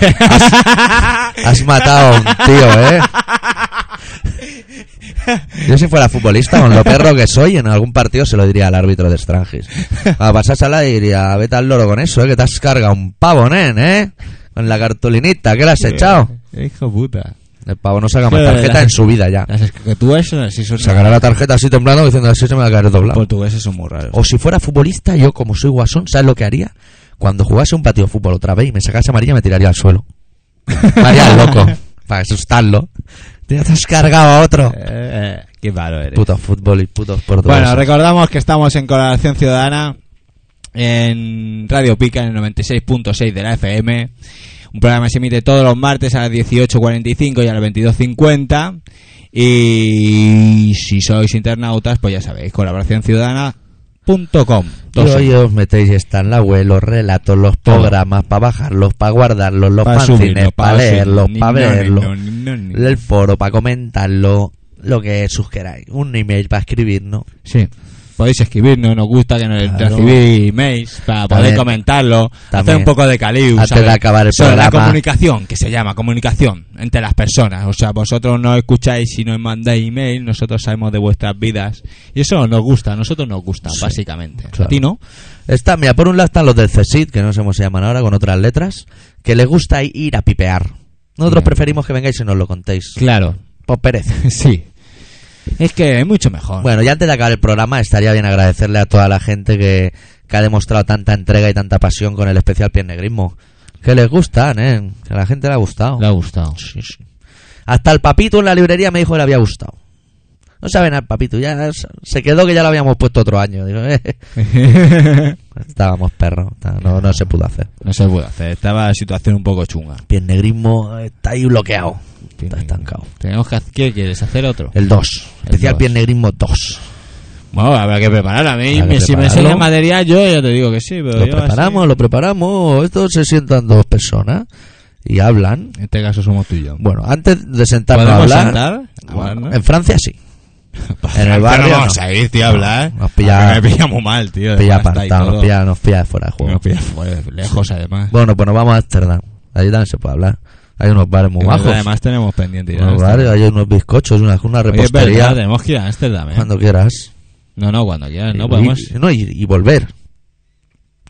Speaker 2: qué-
Speaker 1: Has matado a un tío, ¿eh? Yo si fuera futbolista, con lo perro que soy, en algún partido se lo diría al árbitro de Strangis. A pasársela y diría, vete al loro con eso, ¿eh? Que te has cargado un pavo, nen, ¿eh? Con la cartulinita, ¿qué le has echado?
Speaker 2: Eh, Hijo puta.
Speaker 1: El pavo no saca más
Speaker 2: Sí,
Speaker 1: tarjeta
Speaker 2: la-
Speaker 1: en su vida ya.
Speaker 2: Las escritúas sí son
Speaker 1: Sacará la tarjeta así temblando diciendo así se me va a caer
Speaker 2: Los
Speaker 1: doblado.
Speaker 2: portugueses son muy raros.
Speaker 1: O si fuera futbolista, yo como soy guasón, ¿sabes lo que haría? Cuando jugase un partido de fútbol otra vez y me sacase amarilla, me tiraría al suelo. Me haría el loco,
Speaker 2: Eh,
Speaker 1: para asustarlo. Te has cargado a otro.
Speaker 2: Eh, eh, qué malo eres.
Speaker 1: Puto fútbol y putos portugueses.
Speaker 2: Bueno, recordamos que estamos en Colaboración Ciudadana en Radio Pica en el 96.6 de la FM. Un programa que se emite todos los martes a las 18.45 y a las 22.50. Y si sois internautas, pues ya sabéis, colaboracionciudadana.com. Dos
Speaker 1: Yo
Speaker 2: en-
Speaker 1: y os metéis y están la web, los relatos, los
Speaker 2: Todo.
Speaker 1: programas, para bajarlos, para guardarlos, los
Speaker 2: pa'
Speaker 1: fanzines,
Speaker 2: subirlo, pa'
Speaker 1: para leerlos,
Speaker 2: subirlo.
Speaker 1: para
Speaker 2: Ni- no, ni-
Speaker 1: verlos.
Speaker 2: no, ni- no, ni-
Speaker 1: el foro para comentarlo, lo que sus queráis, un email para escribirnos.
Speaker 2: Sí. Podéis escribirnos, nos gusta que nos
Speaker 1: Claro.
Speaker 2: recibís emails para poder
Speaker 1: También.
Speaker 2: comentarlo, hacer
Speaker 1: También.
Speaker 2: un poco de caliu,
Speaker 1: Antes
Speaker 2: ¿sabes?
Speaker 1: de acabar el
Speaker 2: Sobre la
Speaker 1: programa.
Speaker 2: comunicación, que se llama comunicación entre las personas. O sea, vosotros nos escucháis y nos mandáis email, nosotros sabemos de vuestras vidas. Y eso nos gusta, a nosotros nos gusta, básicamente.
Speaker 1: claro.
Speaker 2: A ti no.
Speaker 1: Está, mira, por un lado están los del CSID, que no sé cómo se llaman ahora, con otras letras, que les gusta ir a pipear. Nosotros
Speaker 2: Bien.
Speaker 1: preferimos que vengáis y nos lo contéis.
Speaker 2: Claro,
Speaker 1: Por pereza.
Speaker 2: sí. Es que es mucho mejor.
Speaker 1: Bueno, ya antes de acabar el programa, estaría bien agradecerle a toda la gente que, que ha demostrado tanta entrega y tanta pasión con el especial Piernegrismo. Que les gustan, ¿eh? Que a la gente le ha gustado.
Speaker 2: Le ha gustado.
Speaker 1: Sí, sí. Hasta el papito en la librería me dijo que le había gustado. No saben al papito, ya s- se quedó que ya lo habíamos puesto otro año. Digo, eh, Estábamos perros, no, no se pudo hacer.
Speaker 2: no se puede hacer, estaba la situación un poco chunga.
Speaker 1: Piernegrismo eh, está ahí bloqueado, está
Speaker 2: Tiene-
Speaker 1: estancado.
Speaker 2: Tenemos que hacer, ¿qué quieres? ¿Hacer otro?
Speaker 1: El 2,
Speaker 2: El
Speaker 1: especial
Speaker 2: dos.
Speaker 1: Piernegrismo 2.
Speaker 2: Bueno, habrá que preparar. A mí,
Speaker 1: Habrá que
Speaker 2: me- si me
Speaker 1: prepararlo.
Speaker 2: enseñas material, yo ya te digo que sí. Pero
Speaker 1: Lo
Speaker 2: yo así-
Speaker 1: preparamos, lo preparamos. Esto se sientan dos personas y hablan.
Speaker 2: En este caso somos tú y yo.
Speaker 1: Bueno, antes de sentarnos a
Speaker 2: ¿Podemos
Speaker 1: hablar,
Speaker 2: sentar? Ah, A
Speaker 1: bueno,
Speaker 2: hablar, ¿no?
Speaker 1: en Francia sí.
Speaker 2: Pero
Speaker 1: el
Speaker 2: no
Speaker 1: barrio
Speaker 2: vamos
Speaker 1: no.
Speaker 2: a ir, tío, a
Speaker 1: No,
Speaker 2: hablar.
Speaker 1: nos pilla-
Speaker 2: A mí Ah, me pilla muy mal, tío.
Speaker 1: Nos pilla
Speaker 2: además está ahí
Speaker 1: apartado,
Speaker 2: todo.
Speaker 1: nos pilla, nos pilla fuera de juego.
Speaker 2: Nos pilla fuera, lejos, además.
Speaker 1: Bueno, pues nos vamos a Ámsterdam. Allí también se puede hablar. Hay unos bares muy
Speaker 2: Que
Speaker 1: bajos.
Speaker 2: Además, tenemos pendiente. ir a este.
Speaker 1: unos
Speaker 2: Ámsterdam.
Speaker 1: bares, hay unos bizcochos, una, una
Speaker 2: Oye, es verdad,
Speaker 1: repostería.
Speaker 2: tenemos que ir a Ámsterdam. ¿eh?
Speaker 1: cuando quieras.
Speaker 2: No, no, cuando quieras.
Speaker 1: Y-
Speaker 2: No podemos.
Speaker 1: y, no, y, y volver.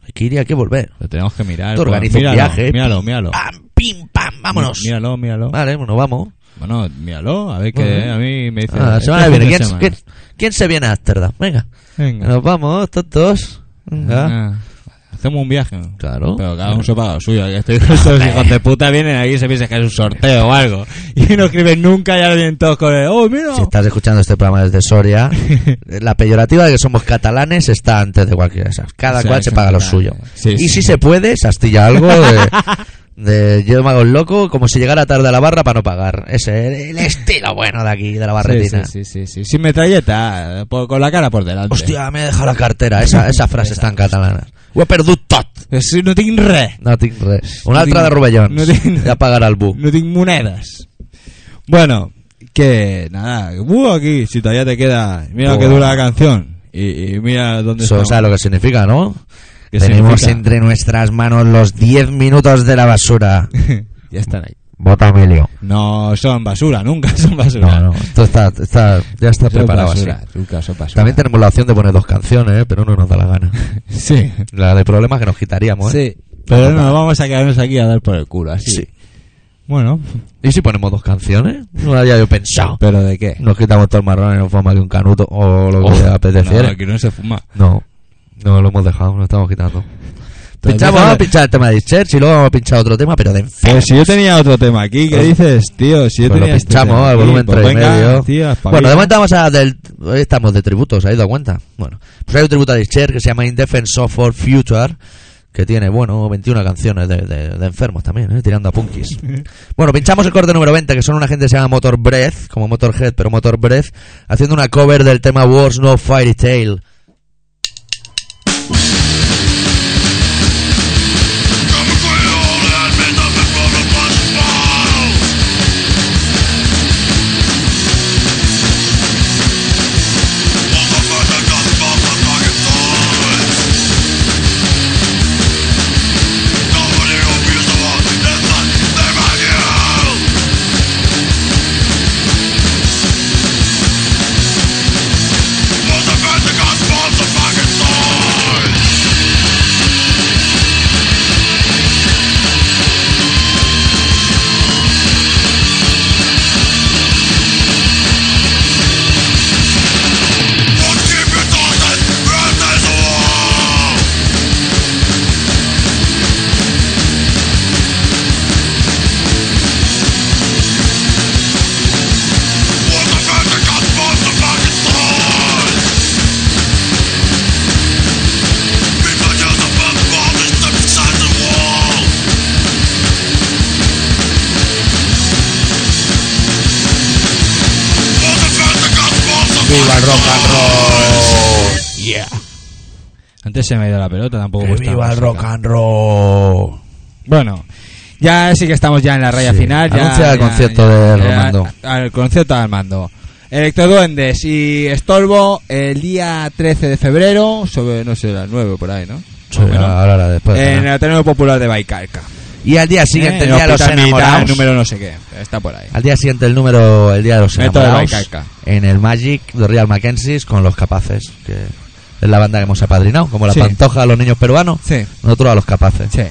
Speaker 1: Hay que ir y hay que volver.
Speaker 2: Lo tenemos que mirar.
Speaker 1: Tú
Speaker 2: pues,
Speaker 1: organiza un
Speaker 2: míralo,
Speaker 1: viaje.
Speaker 2: Míralo, míralo.
Speaker 1: ¡Pam, pim, pam! ¡Vámonos!
Speaker 2: Míralo, míralo.
Speaker 1: Vale, bueno, vamos.
Speaker 2: Bueno, míralo. A ver que
Speaker 1: Bueno.
Speaker 2: a mí me dice.
Speaker 1: Ah, la
Speaker 2: este
Speaker 1: semana que
Speaker 2: fin
Speaker 1: viene.
Speaker 2: de
Speaker 1: ¿Quién,
Speaker 2: semana.
Speaker 1: quién- quién se viene a Ámsterdam? Venga.
Speaker 2: Venga. ¿Eh?
Speaker 1: Nos vamos, todos. Venga.
Speaker 2: Ah, hacemos un viaje.
Speaker 1: Claro.
Speaker 2: Pero cada uno se paga lo suyo. que Estoy estos hijos de puta vienen aquí y se piensa que es un sorteo o algo. Y no escriben nunca y ahora vienen todos con el, ¡Oh, mira!
Speaker 1: Si estás escuchando este programa desde Soria, la peyorativa de que somos catalanes está antes de cualquier cosa. Cada
Speaker 2: O sea,
Speaker 1: cual
Speaker 2: es
Speaker 1: se paga lo
Speaker 2: verdad.
Speaker 1: suyo.
Speaker 2: Sí,
Speaker 1: y
Speaker 2: sí.
Speaker 1: si se puede, se astilla algo de, de yo me hago el loco, como si llegara tarde a la barra para no pagar. Ese es el estilo bueno de aquí, de la
Speaker 2: Sí,
Speaker 1: barretina.
Speaker 2: sí, sí, sí, sí. Sin metralleta, por- con la cara por delante.
Speaker 1: Hostia, me he dejado la cartera. Esa, esa frase está en catalana. Ho he perdut tot.
Speaker 2: Es- no tienen res.
Speaker 1: No tinc res. Una
Speaker 2: No
Speaker 1: altra de
Speaker 2: tinc-
Speaker 1: Rubellón.
Speaker 2: no tinc-
Speaker 1: Ya pagará el bu.
Speaker 2: No tienen monedas. Bueno, que nada, uh, aquí, si todavía te queda, mira lo que
Speaker 1: Buah.
Speaker 2: dura la canción. Y, y mira dónde
Speaker 1: Eso
Speaker 2: estamos.
Speaker 1: sabe lo que significa, ¿no?
Speaker 2: ¿Qué
Speaker 1: Tenemos
Speaker 2: significa?
Speaker 1: entre nuestras manos los 10 minutos de la basura.
Speaker 2: ya están ahí.
Speaker 4: Vota Emilio.
Speaker 2: No son basura, nunca son basura.
Speaker 1: No, no, esto está, está- ya está
Speaker 2: Son
Speaker 1: preparado así.
Speaker 2: basura, nunca son basura.
Speaker 1: También tenemos la opción de poner dos canciones, ¿eh? pero no nos da la gana.
Speaker 2: Sí.
Speaker 1: La de problemas que nos quitaríamos. ¿eh?
Speaker 2: Sí. Pero no, vamos a quedarnos aquí a dar por el culo, así.
Speaker 1: Sí.
Speaker 2: Bueno,
Speaker 1: ¿Y si ponemos dos canciones? No lo había yo pensado.
Speaker 2: ¿pero de qué?
Speaker 1: Nos quitamos todo el marrón y nos fuma que un canuto o lo que
Speaker 2: Oh,
Speaker 1: te apeteciera.
Speaker 2: no, aquí no se fuma.
Speaker 1: No, no lo hemos dejado, lo estamos quitando.
Speaker 2: Pero
Speaker 1: Pinchamos,
Speaker 2: déjame-
Speaker 1: vamos a pinchar el tema de Church y luego vamos a pinchar otro tema, pero de
Speaker 2: Pues
Speaker 1: enfermos.
Speaker 2: si yo tenía otro tema aquí, ¿qué
Speaker 1: Pues-
Speaker 2: dices, tío? Si yo
Speaker 1: Pues lo
Speaker 2: tenía este
Speaker 1: pinchamos
Speaker 2: tema
Speaker 1: al
Speaker 2: aquí,
Speaker 1: volumen
Speaker 2: pues
Speaker 1: 3 y
Speaker 2: venga,
Speaker 1: medio.
Speaker 2: tío, espabila.
Speaker 1: bueno, de momento vamos a del. Hoy estamos de tributos, ¿habéis dado cuenta? Bueno, pues hay un tributo a Cher que se llama Indefense for Future, que tiene, bueno, 21 canciones de, de- de enfermos también, ¿eh? tirando a punkis. bueno, pinchamos el corte número 20, que son una gente que se llama Motor Breath, como Motorhead, pero Motor Breath, haciendo una cover del tema Wars No Fairy Tale.
Speaker 5: Fucking soul! Wall!
Speaker 1: ¡Viva el rock and roll!
Speaker 2: Antes se me ha ido la pelota, tampoco me
Speaker 1: ¡Que
Speaker 2: gustaba
Speaker 1: ¡Viva el
Speaker 2: esa
Speaker 1: rock
Speaker 2: canción.
Speaker 1: and roll!
Speaker 2: Bueno, ya sí que estamos ya en la raya
Speaker 1: Sí,
Speaker 2: final. Ya,
Speaker 1: anuncia el
Speaker 2: ya,
Speaker 1: concierto de Armando.
Speaker 2: Al concierto de Armando. Electroduendes y Estorbo el día 13 de febrero, sobre, no sé, las 9 por ahí, ¿no?
Speaker 1: Sí, ahora, ahora, después.
Speaker 2: en
Speaker 1: ahora.
Speaker 2: el Ateneo Popular de Baicarca.
Speaker 1: Y al día siguiente,
Speaker 2: Eh,
Speaker 1: el día de los
Speaker 2: Hospital Militar
Speaker 1: enamorados.
Speaker 2: número no sé qué, está por ahí.
Speaker 1: Al día siguiente el número, el día de los
Speaker 2: Método de
Speaker 1: enamorados
Speaker 2: Baikalca.
Speaker 1: en el Magic de Real Mackenzie's con los capaces, que es la banda que hemos apadrinado, como la
Speaker 2: Sí.
Speaker 1: pantoja a los niños peruanos,
Speaker 2: Sí,
Speaker 1: nosotros a los capaces.
Speaker 2: sí.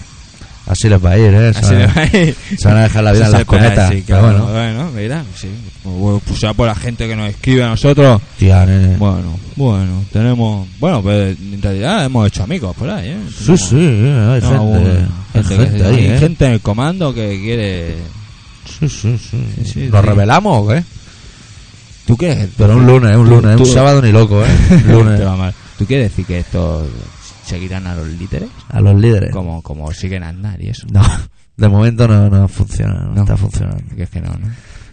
Speaker 1: Así les va a ir, ¿eh? Se
Speaker 2: Así
Speaker 1: van
Speaker 2: de
Speaker 1: a-
Speaker 2: ahí.
Speaker 1: se van a dejar la vida en
Speaker 2: Eso
Speaker 1: las
Speaker 2: se espera,
Speaker 1: cometas.
Speaker 2: sí,
Speaker 1: pero
Speaker 2: claro.
Speaker 1: bueno,
Speaker 2: Bueno, mira, sí. Bueno, Pues ya por la gente que nos escribe a nosotros.
Speaker 1: tía, nene.
Speaker 2: Bueno, bueno, tenemos. Bueno, pues en realidad hemos hecho amigos por ahí, ¿eh?
Speaker 1: sí, sí, eh, hay
Speaker 2: No,
Speaker 1: gente,
Speaker 2: bueno,
Speaker 1: hay
Speaker 2: gente que-
Speaker 1: gente ahí,
Speaker 2: hay
Speaker 1: ¿eh?
Speaker 2: gente en el comando que quiere.
Speaker 1: Sí, sí, sí.
Speaker 2: Sí, sí,
Speaker 1: ¿Nos
Speaker 2: sí.
Speaker 1: revelamos o qué?
Speaker 2: ¿Tú qué?
Speaker 1: Pero un lunes, un
Speaker 2: Tú-
Speaker 1: lunes,
Speaker 2: tú-
Speaker 1: un sábado ni loco, ¿eh?
Speaker 2: Te
Speaker 1: lunes.
Speaker 2: va mal. ¿Tú quieres decir que estos seguirán a los líderes?
Speaker 1: a los líderes.
Speaker 2: Como, como siguen a Aznar y eso.
Speaker 1: No, de momento no, no funciona, no,
Speaker 2: No.
Speaker 1: está funcionando.
Speaker 2: Que es que no, ¿no?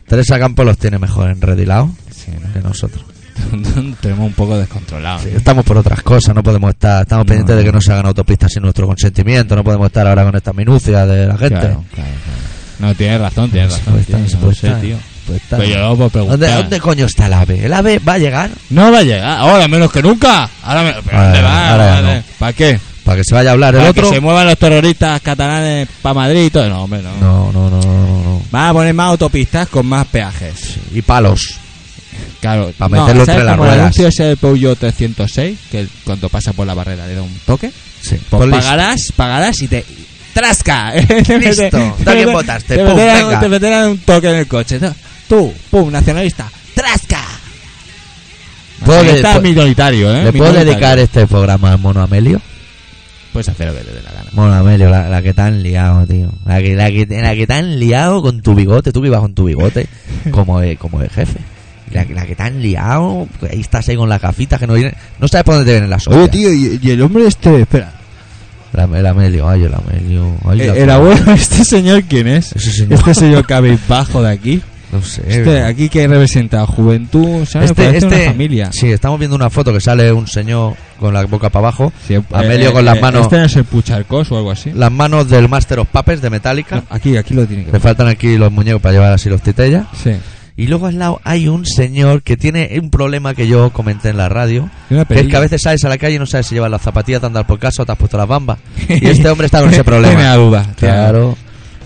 Speaker 1: Teresa Campos los tiene mejor en Redilao
Speaker 2: Sí,
Speaker 1: que nosotros.
Speaker 2: ¿no? Tenemos un poco descontrolado.
Speaker 1: Sí, estamos por otras cosas, no podemos estar, estamos
Speaker 2: No,
Speaker 1: pendientes de que
Speaker 2: no.
Speaker 1: no se hagan autopistas sin nuestro consentimiento, no podemos estar ahora con estas minucias de la gente. Pues
Speaker 2: Claro, claro, claro. No, tienes razón, tienes
Speaker 1: Se
Speaker 2: razón.
Speaker 1: puede estar,
Speaker 2: tío,
Speaker 1: se
Speaker 2: no
Speaker 1: puede
Speaker 2: sé,
Speaker 1: estar,
Speaker 2: tío.
Speaker 1: se puede estar.
Speaker 2: Pero yo luego por preguntar.
Speaker 1: pues ¿Dónde, dónde coño está el ave? ¿El ave va a llegar?
Speaker 2: No va a llegar, ahora menos que nunca. Ahora me... ¿pero ¿Dónde va?
Speaker 1: ahora ya
Speaker 2: Vale.
Speaker 1: no.
Speaker 2: ¿Para qué?
Speaker 1: Para que se vaya a hablar el
Speaker 2: ¿Para
Speaker 1: otro.
Speaker 2: que se muevan los terroristas catalanes para Madrid y todo? No, hombre, no.
Speaker 1: No, no, no, no, no.
Speaker 2: Van a poner más autopistas con más peajes.
Speaker 1: Y palos.
Speaker 2: Claro.
Speaker 1: Para meterlo
Speaker 2: ¿sabes
Speaker 1: entre las
Speaker 2: como el
Speaker 1: ruedas.
Speaker 2: anuncio ese del Peugeot 306, que el- cuando pasa por la barrera le da un toque.
Speaker 1: Sí.
Speaker 2: Pues
Speaker 1: Pues listo.
Speaker 2: pagarás, pagarás y te... ¡Trasca! Te
Speaker 1: Listo,
Speaker 2: mete-
Speaker 1: da
Speaker 2: te
Speaker 1: que
Speaker 2: mete-
Speaker 1: botaste,
Speaker 2: Te
Speaker 1: pum,
Speaker 2: meterán-
Speaker 1: venga.
Speaker 2: te meterán un toque en el coche. ¿no? Tú, pum, nacionalista. ¡Trasca!
Speaker 1: ¿Puedo le-
Speaker 2: Nacionalista
Speaker 1: pu-
Speaker 2: minoritario, ¿eh?
Speaker 1: ¿Le puedo
Speaker 2: Minoritario.
Speaker 1: dedicar este programa al mono Amelio?
Speaker 2: puedes hacer lo que te dé la gana.
Speaker 1: Bueno, Amelio, la, la que te han liado, tío. La que, la, que, la que te han liado con tu bigote. Tú que ibas con tu bigote como de, como de jefe. La, la que te han liado. que Ahí estás ahí con las gafitas que no vienen. No sabes por dónde te vienen las hostias.
Speaker 2: Oye, tío, y, y el hombre este, espera.
Speaker 1: La- el Amelio, ay, el Amelio. Ay,
Speaker 2: Eh,
Speaker 1: la-
Speaker 2: El, abuelo de este señor, ¿quién es?
Speaker 1: Ese señor. Eh,
Speaker 2: Este señor cabizbajo de aquí.
Speaker 1: No sé.
Speaker 2: Este, aquí que representa juventud, ¿sabes?
Speaker 1: Este-
Speaker 2: Parece
Speaker 1: este-
Speaker 2: una familia.
Speaker 1: Sí, estamos viendo una foto que sale un señor con la boca para abajo.
Speaker 2: Sí, eh,
Speaker 1: Amelio con
Speaker 2: eh,
Speaker 1: las manos-
Speaker 2: Este no es el Pucharcos o algo así.
Speaker 1: Las manos del Master of Puppets de Metallica.
Speaker 2: No, aquí, aquí lo tiene que
Speaker 1: Le
Speaker 2: ver.
Speaker 1: faltan aquí los muñecos para llevar así los titellas.
Speaker 2: Sí.
Speaker 1: Y luego al lado hay un señor que tiene un problema que yo comenté en la radio.
Speaker 2: Y una
Speaker 1: Que es que
Speaker 2: perilla.
Speaker 1: a veces sales a la calle y no sabes si llevas las zapatillas de andar por casa o te has puesto las bambas. Y este hombre está con ese
Speaker 2: Tiene la
Speaker 1: problema.
Speaker 2: duda. tiene la duda.
Speaker 1: Claro.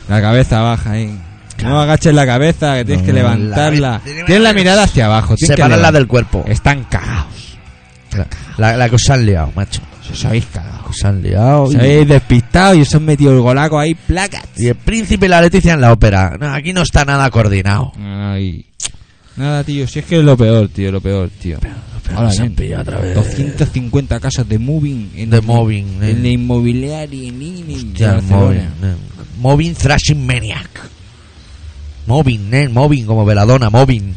Speaker 2: La cabeza baja ahí.
Speaker 1: Claro.
Speaker 2: No agaches la cabeza, que tienes
Speaker 1: No,
Speaker 2: que
Speaker 1: la-
Speaker 2: levantarla.
Speaker 1: tiene-
Speaker 2: Tienes la mirada hacia abajo. tienes que
Speaker 1: Separarla
Speaker 2: levantar-
Speaker 1: del cuerpo.
Speaker 2: Están cagados.
Speaker 1: La, la que os han liado, macho.
Speaker 2: Os habéis cagado.
Speaker 1: Os han liado.
Speaker 2: Os
Speaker 1: Y-
Speaker 2: habéis despistado y os han metido el golaco ahí, placas.
Speaker 1: Y el príncipe y la Leticia en la ópera. No, aquí no está nada coordinado.
Speaker 2: Ay. Nada, tío, si es que es lo peor, tío, lo peor, tío. Ahora
Speaker 1: se han
Speaker 2: bien,
Speaker 1: pillado otra vez.
Speaker 2: 250 casas de moving en
Speaker 1: De
Speaker 2: el-
Speaker 1: moving, eh.
Speaker 2: en la inmobiliaria en Lini,
Speaker 1: Hostia,
Speaker 2: en
Speaker 1: Mobin.
Speaker 2: Barcelona.
Speaker 1: eh. Mobin Thrashing Maniac. Mobin, nen, Mobin, como Veladona, Mobin.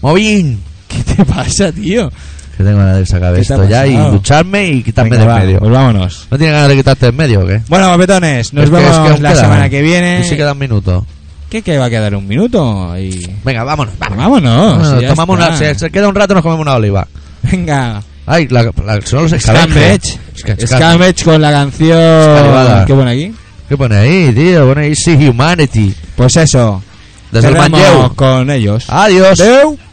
Speaker 1: Mobin.
Speaker 2: ¿Qué te pasa, tío?
Speaker 1: Que tengo ganas de sacar
Speaker 2: ¿Qué te
Speaker 1: esto
Speaker 2: ha
Speaker 1: ya y
Speaker 2: pasado?
Speaker 1: ducharme y quitarme
Speaker 2: Venga,
Speaker 1: de
Speaker 2: va,
Speaker 1: medio.
Speaker 2: Pues vámonos.
Speaker 1: ¿No tienes ganas de quitarte de medio o qué?
Speaker 2: Bueno, papetones, nos
Speaker 1: Es que- es
Speaker 2: vemos
Speaker 1: que aún
Speaker 2: la
Speaker 1: quedan.
Speaker 2: semana que viene.
Speaker 1: Y sí quedan minutos.
Speaker 2: ¿Qué que va a quedar un minuto? Y...
Speaker 1: Venga, vámonos, vámonos.
Speaker 2: Vámonos.
Speaker 1: Bueno,
Speaker 2: ya
Speaker 1: tomamos
Speaker 2: está.
Speaker 1: una, se, se queda un rato y nos comemos una oliva.
Speaker 2: Venga.
Speaker 1: Ay, la, la- son los escabeches.
Speaker 2: Scambech.
Speaker 1: Esca-
Speaker 2: Scambech con la
Speaker 1: Escalivada.
Speaker 2: canción. ¿Qué pone aquí?
Speaker 1: ¿Qué pone ahí, tío? Pone ahí See Humanity.
Speaker 2: Pues eso.
Speaker 1: Desde el
Speaker 2: cerramos
Speaker 1: Manlleu.
Speaker 2: con ellos.
Speaker 1: Adiós.
Speaker 2: Adeu.